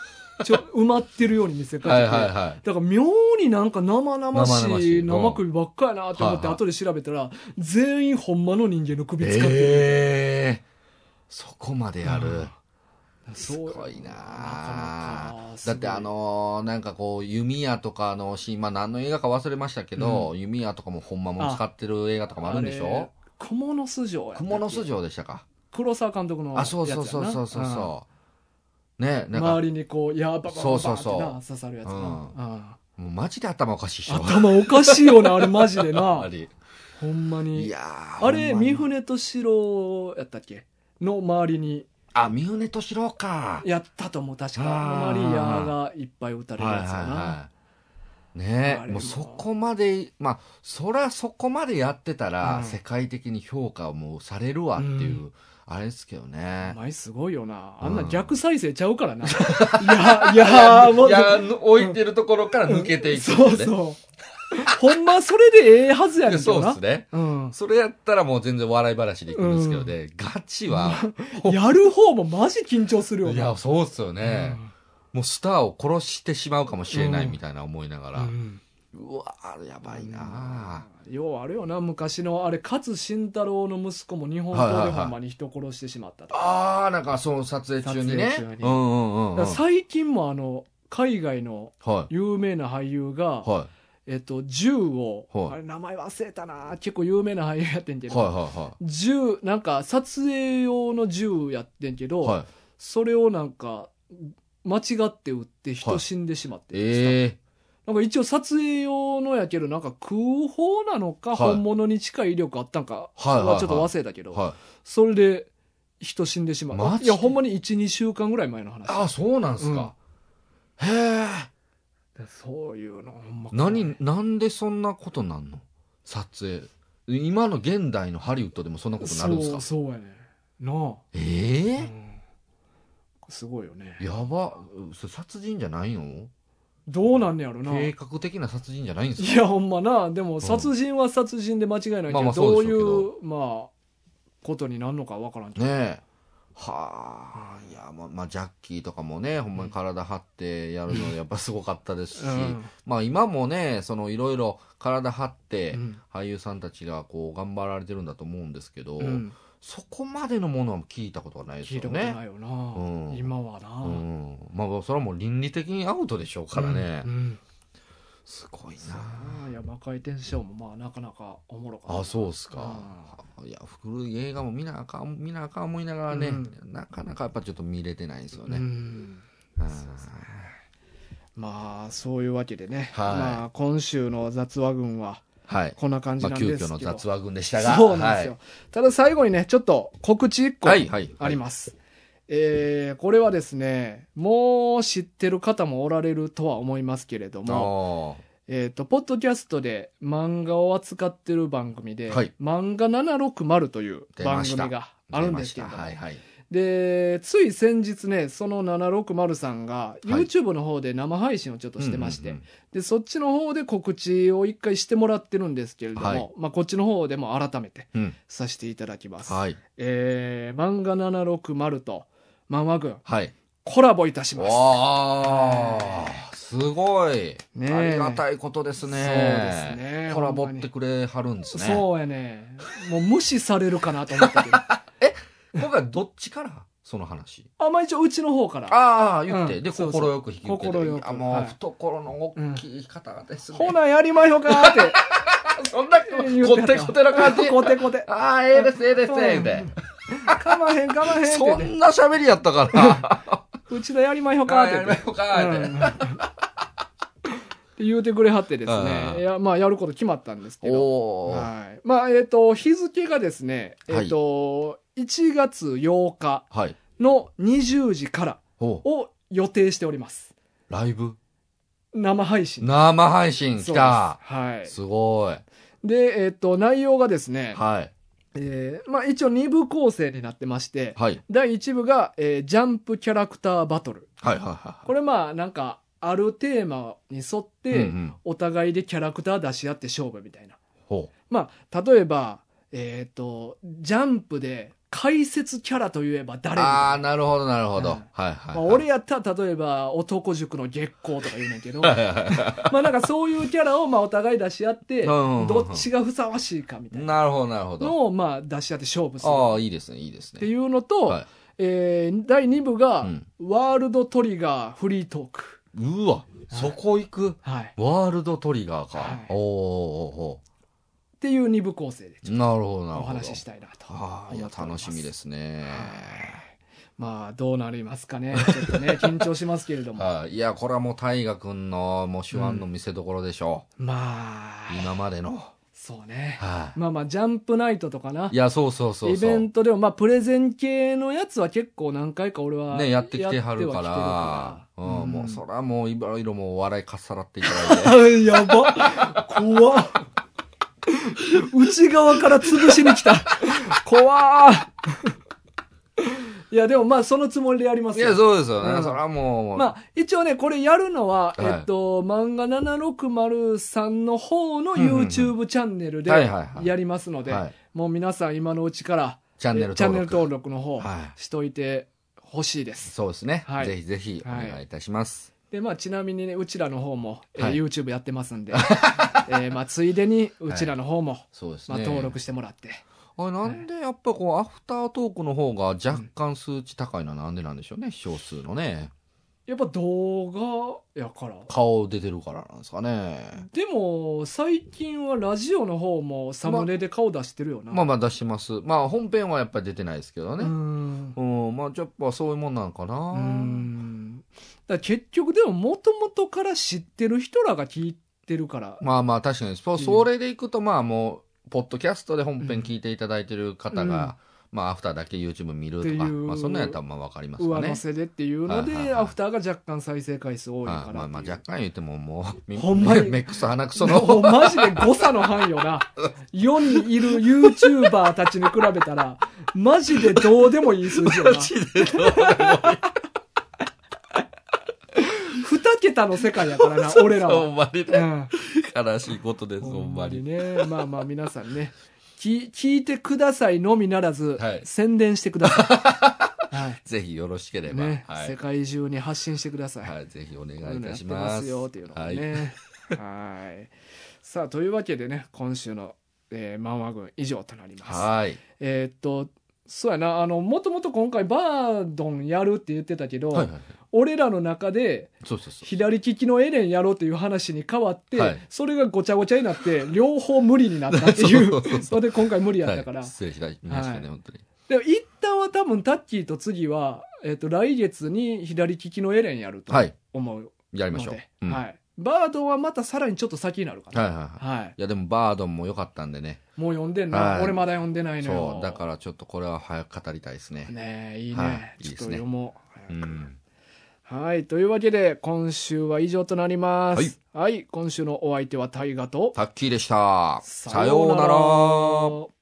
[SPEAKER 1] ちょ埋まってるように見せか
[SPEAKER 2] はい
[SPEAKER 1] けて、
[SPEAKER 2] はい
[SPEAKER 1] だ
[SPEAKER 2] はい。
[SPEAKER 1] から妙になんか生々し
[SPEAKER 2] 生々しい
[SPEAKER 1] い
[SPEAKER 2] うん
[SPEAKER 1] 生首ばっかやなと思っ
[SPEAKER 2] はい
[SPEAKER 1] て
[SPEAKER 2] はい
[SPEAKER 1] 後で調べたら、全員ほんまの人間の首使ってる。
[SPEAKER 2] ええそこまでやる。
[SPEAKER 1] す
[SPEAKER 2] すごいな
[SPEAKER 1] かなかす
[SPEAKER 2] だ
[SPEAKER 1] ご
[SPEAKER 2] っ
[SPEAKER 1] い
[SPEAKER 2] てあのーなんかこう、弓矢とかのシーン、まあ何の映画か忘れましたけど、弓矢とかもほんまもん使ってる映画とかもあるんでしょ
[SPEAKER 1] あれ蜘蛛の巣城やったっけ
[SPEAKER 2] 蜘蛛の巣城でしたか。
[SPEAKER 1] 黒沢監督のや
[SPEAKER 2] あ、
[SPEAKER 1] つや
[SPEAKER 2] そう
[SPEAKER 1] な
[SPEAKER 2] そうそうそうそう
[SPEAKER 1] うん
[SPEAKER 2] そう。ね、なんか、
[SPEAKER 1] 周りにこうやばばばば
[SPEAKER 2] そうそうそう
[SPEAKER 1] ってな刺さるやつな、う
[SPEAKER 2] う
[SPEAKER 1] んん
[SPEAKER 2] もうマジで頭おかしいっしょ。
[SPEAKER 1] 頭おかしいよなあれマジで
[SPEAKER 2] あ
[SPEAKER 1] な
[SPEAKER 2] れ
[SPEAKER 1] ほんま
[SPEAKER 2] い
[SPEAKER 1] に
[SPEAKER 2] やー
[SPEAKER 1] あれ
[SPEAKER 2] ほんまに
[SPEAKER 1] 三船敏郎やったっけの周りに
[SPEAKER 2] あ、三船敏郎か。
[SPEAKER 1] やったと思う確かマ
[SPEAKER 2] あー
[SPEAKER 1] リアがいっぱい打たれるやつやな、
[SPEAKER 2] い。ね
[SPEAKER 1] あれ
[SPEAKER 2] え、も
[SPEAKER 1] も
[SPEAKER 2] うそこまで、まあ、そらそこまでやってたら、
[SPEAKER 1] うん
[SPEAKER 2] 世界的に評価もされるわっていう、
[SPEAKER 1] う
[SPEAKER 2] あれですけどね。
[SPEAKER 1] 前すごいよなあん
[SPEAKER 2] う
[SPEAKER 1] なん逆再生ちゃうから な、いやいやもう
[SPEAKER 2] ぬ置いてるところから抜けていく、ね
[SPEAKER 1] そうそうほんまそれでええはずや
[SPEAKER 2] い
[SPEAKER 1] ねん
[SPEAKER 2] や
[SPEAKER 1] けど
[SPEAKER 2] そう
[SPEAKER 1] な
[SPEAKER 2] っすね。
[SPEAKER 1] うん、
[SPEAKER 2] それやったらもう全然笑い話でいくんですけどね、ガチは、
[SPEAKER 1] やる方もマジ緊張するよない
[SPEAKER 2] や、そうっすよね、
[SPEAKER 1] うん
[SPEAKER 2] もうスターを殺してしまうかもしれないみたいな思いながら。う
[SPEAKER 1] うん
[SPEAKER 2] わーやばいな
[SPEAKER 1] ようあるよな昔のあれ勝慎太郎の息子も日本
[SPEAKER 2] はいは
[SPEAKER 1] 刀
[SPEAKER 2] い
[SPEAKER 1] で
[SPEAKER 2] はい
[SPEAKER 1] ほんまに人殺してしまった
[SPEAKER 2] あ
[SPEAKER 1] とか
[SPEAKER 2] あー、なんかその撮影中にね。
[SPEAKER 1] 撮影中に
[SPEAKER 2] うんうんうん、うん。
[SPEAKER 1] だから最近もあの海外の
[SPEAKER 2] はい。
[SPEAKER 1] 有名な俳優が、
[SPEAKER 2] は
[SPEAKER 1] えっと、銃を、
[SPEAKER 2] はい
[SPEAKER 1] あれ名前忘れたな結構有名な俳優やってん
[SPEAKER 2] い。
[SPEAKER 1] けど、
[SPEAKER 2] はいは
[SPEAKER 1] 銃なんか撮影用の銃やってんけど、
[SPEAKER 2] いはい。はい。
[SPEAKER 1] それをなんか間違って撃って人死んでしまって、
[SPEAKER 2] ええ
[SPEAKER 1] なんか一応撮影用のやけどなんか空砲なのか、
[SPEAKER 2] はい
[SPEAKER 1] 本物に近い威力あったんか
[SPEAKER 2] はいはいはい
[SPEAKER 1] はちょっと忘れたけど、
[SPEAKER 2] はい。
[SPEAKER 1] それで人死んでしま
[SPEAKER 2] マ
[SPEAKER 1] う
[SPEAKER 2] ジ
[SPEAKER 1] い
[SPEAKER 2] で
[SPEAKER 1] やほんまに12週間ぐらい前の話
[SPEAKER 2] ああ、そうなんすか。へえ。
[SPEAKER 1] そういうのほんま怖い
[SPEAKER 2] 何、なんでそんなことなんの撮影。今の現代のハリウッドでもそんなことなるんです
[SPEAKER 1] そ
[SPEAKER 2] か
[SPEAKER 1] うそうやねなあ、
[SPEAKER 2] え
[SPEAKER 1] う
[SPEAKER 2] え
[SPEAKER 1] んすごいよね
[SPEAKER 2] やば。うそれ殺人じゃないの
[SPEAKER 1] どうなんねやろな
[SPEAKER 2] 計画的な殺人じゃないんです
[SPEAKER 1] い
[SPEAKER 2] か
[SPEAKER 1] やほんまなでも殺人は殺人で間違いないけど、
[SPEAKER 2] まあま
[SPEAKER 1] ど
[SPEAKER 2] あそう
[SPEAKER 1] う
[SPEAKER 2] で
[SPEAKER 1] い
[SPEAKER 2] しょう
[SPEAKER 1] うまあことになんのかわからんけど、
[SPEAKER 2] ねえ。はあ、いや、まあ、まあ、ジャッキーとかもね、ほんまに体張ってやるの、やっぱすごかったですし、
[SPEAKER 1] うん
[SPEAKER 2] まあ今もね、そのいろいろ体張って、
[SPEAKER 1] うん
[SPEAKER 2] 俳優さんたちがこう頑張られてるんだと思うんですけど、
[SPEAKER 1] うん
[SPEAKER 2] そこまでのものは聞いたことがないです
[SPEAKER 1] 聞いた
[SPEAKER 2] よ
[SPEAKER 1] こと
[SPEAKER 2] ね
[SPEAKER 1] な。いよな、
[SPEAKER 2] うん
[SPEAKER 1] 今はな、
[SPEAKER 2] うん、まあそれはもう倫理的にアウトでしょうからね。
[SPEAKER 1] うんうん
[SPEAKER 2] すごい
[SPEAKER 1] さ
[SPEAKER 2] な
[SPEAKER 1] あ山回転ショーもまあなかなかおもろかった
[SPEAKER 2] あ。あ、そうっすか。いや、古い映画も見なあかん、見なあかん思いながらね、
[SPEAKER 1] う
[SPEAKER 2] なかなかやっぱちょっと見れてないんですよ
[SPEAKER 1] う
[SPEAKER 2] ね。
[SPEAKER 1] ん
[SPEAKER 2] うん
[SPEAKER 1] まあそういうわけでね、
[SPEAKER 2] はい
[SPEAKER 1] まあ、今週の雑話群は
[SPEAKER 2] はい。
[SPEAKER 1] こんな感じ
[SPEAKER 2] ま
[SPEAKER 1] な
[SPEAKER 2] あ、
[SPEAKER 1] ん
[SPEAKER 2] 急
[SPEAKER 1] です
[SPEAKER 2] 遽
[SPEAKER 1] けど、
[SPEAKER 2] の雑話群でした が。
[SPEAKER 1] そうなんですよ、ただ最後にねちょっと告知1個
[SPEAKER 2] はいはいはい
[SPEAKER 1] あります、えーこれはですねもう知ってる方もおられるとは思いますけれども、
[SPEAKER 2] はい。
[SPEAKER 1] えー、とポッドキャストで漫画を扱ってる番組で「
[SPEAKER 2] はい
[SPEAKER 1] 漫画760」という
[SPEAKER 2] 出ま
[SPEAKER 1] 番
[SPEAKER 2] した
[SPEAKER 1] 組が
[SPEAKER 2] ああ。
[SPEAKER 1] あるんですけれ
[SPEAKER 2] 出
[SPEAKER 1] ども、
[SPEAKER 2] ましたはいはい。
[SPEAKER 1] でつい先日ねその760さんが YouTube の方で生配信をちょっとしてまして、
[SPEAKER 2] うんうんうん
[SPEAKER 1] でそっちの方で告知を一回してもらってるんですけれども、
[SPEAKER 2] はい
[SPEAKER 1] まあ、こっちの方でも改めて
[SPEAKER 2] うん。
[SPEAKER 1] させていただきます、
[SPEAKER 2] はい。
[SPEAKER 1] えー漫画760と漫画群
[SPEAKER 2] はい。
[SPEAKER 1] コラボいたします
[SPEAKER 2] わあ、すごい。
[SPEAKER 1] ねえ
[SPEAKER 2] ありがたいことですね。
[SPEAKER 1] そうですね
[SPEAKER 2] コラボってくれはるんですね。
[SPEAKER 1] そうやねもう無視されるかなと思ったけど
[SPEAKER 2] 今回どっちからその話。
[SPEAKER 1] あまあ一応うちの方から
[SPEAKER 2] ああ、言って。
[SPEAKER 1] うん
[SPEAKER 2] で、
[SPEAKER 1] そうそう
[SPEAKER 2] 心よく引き受けて。
[SPEAKER 1] 快く
[SPEAKER 2] いや、も
[SPEAKER 1] は
[SPEAKER 2] う
[SPEAKER 1] い
[SPEAKER 2] 懐の大きい方ですね。
[SPEAKER 1] ほなやりまひょかーって
[SPEAKER 2] そんな、こ
[SPEAKER 1] 言って
[SPEAKER 2] ったてこてな 感じ。
[SPEAKER 1] コテコテ
[SPEAKER 2] ああ、ええです、ええです、ええで。
[SPEAKER 1] かまへんかまへんって
[SPEAKER 2] そ
[SPEAKER 1] ね
[SPEAKER 2] んな喋りやったから。
[SPEAKER 1] うちのやりまひょかー
[SPEAKER 2] ああ、
[SPEAKER 1] って言
[SPEAKER 2] や
[SPEAKER 1] っ
[SPEAKER 2] り
[SPEAKER 1] て
[SPEAKER 2] ましょうか、って。
[SPEAKER 1] って言うてくれはってです
[SPEAKER 2] う
[SPEAKER 1] ね、
[SPEAKER 2] ん
[SPEAKER 1] いやまあ、やること決まったんですけど、
[SPEAKER 2] おー。
[SPEAKER 1] はいまあえっと日付がですね、
[SPEAKER 2] はい
[SPEAKER 1] えっと1月8日
[SPEAKER 2] はい。
[SPEAKER 1] の20時から
[SPEAKER 2] お
[SPEAKER 1] を予定しております。
[SPEAKER 2] ライブ
[SPEAKER 1] 生配信
[SPEAKER 2] 生配信
[SPEAKER 1] そうで
[SPEAKER 2] 来
[SPEAKER 1] す
[SPEAKER 2] た。
[SPEAKER 1] はい。
[SPEAKER 2] すごい。
[SPEAKER 1] で、えっと、内容がですね、
[SPEAKER 2] はい。
[SPEAKER 1] えーまあ、一応2部構成になってまして、
[SPEAKER 2] はい。
[SPEAKER 1] 第1部が、えージャンプキャラクターバトル。
[SPEAKER 2] はい、はい、はい。
[SPEAKER 1] これまあ、なんか、あるテーマに沿って、
[SPEAKER 2] うんうん
[SPEAKER 1] お互いでキャラクター出し合って勝負みたいな。
[SPEAKER 2] ほ
[SPEAKER 1] まあ、例えば、えっ、と、ジャンプで解説キャラといえば
[SPEAKER 2] う。
[SPEAKER 1] 誰
[SPEAKER 2] ああ、なるほど、なるほ
[SPEAKER 1] う
[SPEAKER 2] ど。は
[SPEAKER 1] ん
[SPEAKER 2] い、はいはい。
[SPEAKER 1] まあ、俺やったら例えば男塾の月光とか言うねん けど、
[SPEAKER 2] はい
[SPEAKER 1] ま
[SPEAKER 2] はいは
[SPEAKER 1] あなんかそういうキャラをまあお互い出し合って、
[SPEAKER 2] うんうんうん
[SPEAKER 1] どっちがふさわしいかみた
[SPEAKER 2] い
[SPEAKER 1] いな
[SPEAKER 2] なるほど、なるほど。
[SPEAKER 1] のをまあ出し合って勝負するっ
[SPEAKER 2] ああ、いいですね、いいです
[SPEAKER 1] て
[SPEAKER 2] ね。
[SPEAKER 1] いうのと、
[SPEAKER 2] はい
[SPEAKER 1] えー第2部が
[SPEAKER 2] うん
[SPEAKER 1] ワールドトリガーフリートーク。
[SPEAKER 2] うわ、そこ行く。
[SPEAKER 1] はい。
[SPEAKER 2] ワールドトリガーか。
[SPEAKER 1] はい
[SPEAKER 2] おーおーお
[SPEAKER 1] っていう二部構成でちょっ
[SPEAKER 2] なるほど、な
[SPEAKER 1] と
[SPEAKER 2] る
[SPEAKER 1] お
[SPEAKER 2] ほど。
[SPEAKER 1] 話ししたいなと
[SPEAKER 2] ああ、いや、楽しみですすね。
[SPEAKER 1] まあどうなりますかねちょっと ね緊張しますけれども
[SPEAKER 2] はい。いや、これはもう大河君の、もう手腕の見せ所でしょ
[SPEAKER 1] ま
[SPEAKER 2] う。
[SPEAKER 1] あ
[SPEAKER 2] 今までの。
[SPEAKER 1] そうね
[SPEAKER 2] はい。
[SPEAKER 1] まあまあジャンプナイトとかない
[SPEAKER 2] や、そうそうそうそ
[SPEAKER 1] イ
[SPEAKER 2] う。
[SPEAKER 1] ベントでもまあプレゼン系のやつは結構何回か俺は
[SPEAKER 2] ね、やってきては
[SPEAKER 1] やっ
[SPEAKER 2] るから。
[SPEAKER 1] てはきてるから
[SPEAKER 2] うん、もう、そらもう、いろいろもう、笑いかっさらっていただい
[SPEAKER 1] あ やば。怖っ内側から潰しに来た。怖っいや、でもまあ、そのつもりでやります
[SPEAKER 2] て。い
[SPEAKER 1] よ
[SPEAKER 2] や、そうですよね。
[SPEAKER 1] うん
[SPEAKER 2] そらもう、
[SPEAKER 1] まあ、一応ね、これやるのは、
[SPEAKER 2] はい
[SPEAKER 1] えっと、漫画760んの方の
[SPEAKER 2] んうんうん
[SPEAKER 1] YouTube チャンネルで
[SPEAKER 2] はいはいはい
[SPEAKER 1] やりますので
[SPEAKER 2] はい、
[SPEAKER 1] もう皆さん今のうちから、
[SPEAKER 2] チャンネル
[SPEAKER 1] えチャン
[SPEAKER 2] 登
[SPEAKER 1] ネル
[SPEAKER 2] 録。
[SPEAKER 1] 登録の方、
[SPEAKER 2] はい
[SPEAKER 1] しといてほしいです。
[SPEAKER 2] そうですね、
[SPEAKER 1] はい
[SPEAKER 2] ぜひぜひ、お願いいたします。
[SPEAKER 1] でまあ、ちなみにねうちらの方も、えー
[SPEAKER 2] はい
[SPEAKER 1] YouTube やってますんで、え ーまあ、ついでにうちらの方も、
[SPEAKER 2] そうです
[SPEAKER 1] ま
[SPEAKER 2] ね。
[SPEAKER 1] あ、登録してもらって、
[SPEAKER 2] あれなんでやっぱこう、アフタートークの方が若干数値高いのはなんでなんでしょうね、視聴数のね。
[SPEAKER 1] やっぱ動画やから
[SPEAKER 2] 顔出てるからなんですかね。
[SPEAKER 1] でも最近はラジオの方もサムネで顔出してるよな、
[SPEAKER 2] まあまあ出してます。まあ本編はやっぱり出てないですけど
[SPEAKER 1] うー
[SPEAKER 2] ね。
[SPEAKER 1] ん
[SPEAKER 2] うん、まあやっぱそういうもんなのか
[SPEAKER 1] うー
[SPEAKER 2] な。
[SPEAKER 1] んだから結局でももともとから知ってる人らが聞いてるから、
[SPEAKER 2] まあまあ確かに、そ
[SPEAKER 1] ん
[SPEAKER 2] それでいくとまあもう、ポッドキャストで本編聞いていただいてる方が、まあアフターだけ YouTube 見る
[SPEAKER 1] って
[SPEAKER 2] と
[SPEAKER 1] い
[SPEAKER 2] か、
[SPEAKER 1] う
[SPEAKER 2] まあそんなんやったらまあわかります
[SPEAKER 1] 上
[SPEAKER 2] かね
[SPEAKER 1] 乗。せでっていうので、
[SPEAKER 2] はいはいはい
[SPEAKER 1] アフターが若干再生回数多いからってい
[SPEAKER 2] はいうまあまあ若干言ってももう、
[SPEAKER 1] ほんまに
[SPEAKER 2] 目くそ鼻くそ
[SPEAKER 1] もう
[SPEAKER 2] の。
[SPEAKER 1] マジで誤差の範囲よな。世にいる YouTuber たちに比べたら、マジでどうでもいい数字よ な。二桁の世界やからな、俺ら
[SPEAKER 2] ほ
[SPEAKER 1] は。
[SPEAKER 2] んまに
[SPEAKER 1] う
[SPEAKER 2] ね
[SPEAKER 1] ん。
[SPEAKER 2] 悲しいことです、 ほ
[SPEAKER 1] ほ
[SPEAKER 2] ん
[SPEAKER 1] ん
[SPEAKER 2] ま
[SPEAKER 1] ま
[SPEAKER 2] に
[SPEAKER 1] に。ね。まあまあ皆さんね。き聞いてくださいのみならず、
[SPEAKER 2] はい
[SPEAKER 1] 宣伝してくださ い。はい。
[SPEAKER 2] ぜひよろしければ。
[SPEAKER 1] ね、
[SPEAKER 2] はい
[SPEAKER 1] 世界中に発信してください。
[SPEAKER 2] はい、ぜひお願
[SPEAKER 1] こう
[SPEAKER 2] い
[SPEAKER 1] い
[SPEAKER 2] いう
[SPEAKER 1] のや
[SPEAKER 2] た
[SPEAKER 1] っ
[SPEAKER 2] してま。
[SPEAKER 1] ますすよっていうのを
[SPEAKER 2] はい。
[SPEAKER 1] ね。はいさあ、というわけでね、今週の、えー、漫画群以上となります。
[SPEAKER 2] はい。
[SPEAKER 1] えーっと、そうやな、あの、もともと今回バードンやるって言ってたけど、
[SPEAKER 2] はいはいはい。
[SPEAKER 1] 俺らの中で
[SPEAKER 2] そうそうそう。
[SPEAKER 1] 左利きのエレンやろうっていう話に変わって、
[SPEAKER 2] はい
[SPEAKER 1] それがごちゃごちゃになって、両方無理になったってい
[SPEAKER 2] そううそうそう
[SPEAKER 1] ので今回無理やったから。
[SPEAKER 2] はい失礼しましたね、本当に。
[SPEAKER 1] でも一旦は多分タッキーと次は、えーっと、来月に左利きのエレンやると
[SPEAKER 2] はい。
[SPEAKER 1] 思う
[SPEAKER 2] やりま
[SPEAKER 1] の
[SPEAKER 2] しょう
[SPEAKER 1] で。
[SPEAKER 2] うん
[SPEAKER 1] は
[SPEAKER 2] はい
[SPEAKER 1] い。バードンはまたさらにちょっと先になるかな。
[SPEAKER 2] はい
[SPEAKER 1] は。
[SPEAKER 2] はいい。いや、でもバードンも良かったんでね。
[SPEAKER 1] もう読んでんな、
[SPEAKER 2] はい
[SPEAKER 1] 俺まだ読んでないのよ。
[SPEAKER 2] そう。だからちょっとこれは早く語りたいですね。
[SPEAKER 1] ねえいいね、
[SPEAKER 2] はい
[SPEAKER 1] ちょっと
[SPEAKER 2] いいですね
[SPEAKER 1] 読も
[SPEAKER 2] う
[SPEAKER 1] う、
[SPEAKER 2] ん。
[SPEAKER 1] はいというわけで今週は以上となりますはい、今週のお相手は大河と
[SPEAKER 2] タッキーでした。さようなら。
[SPEAKER 1] ら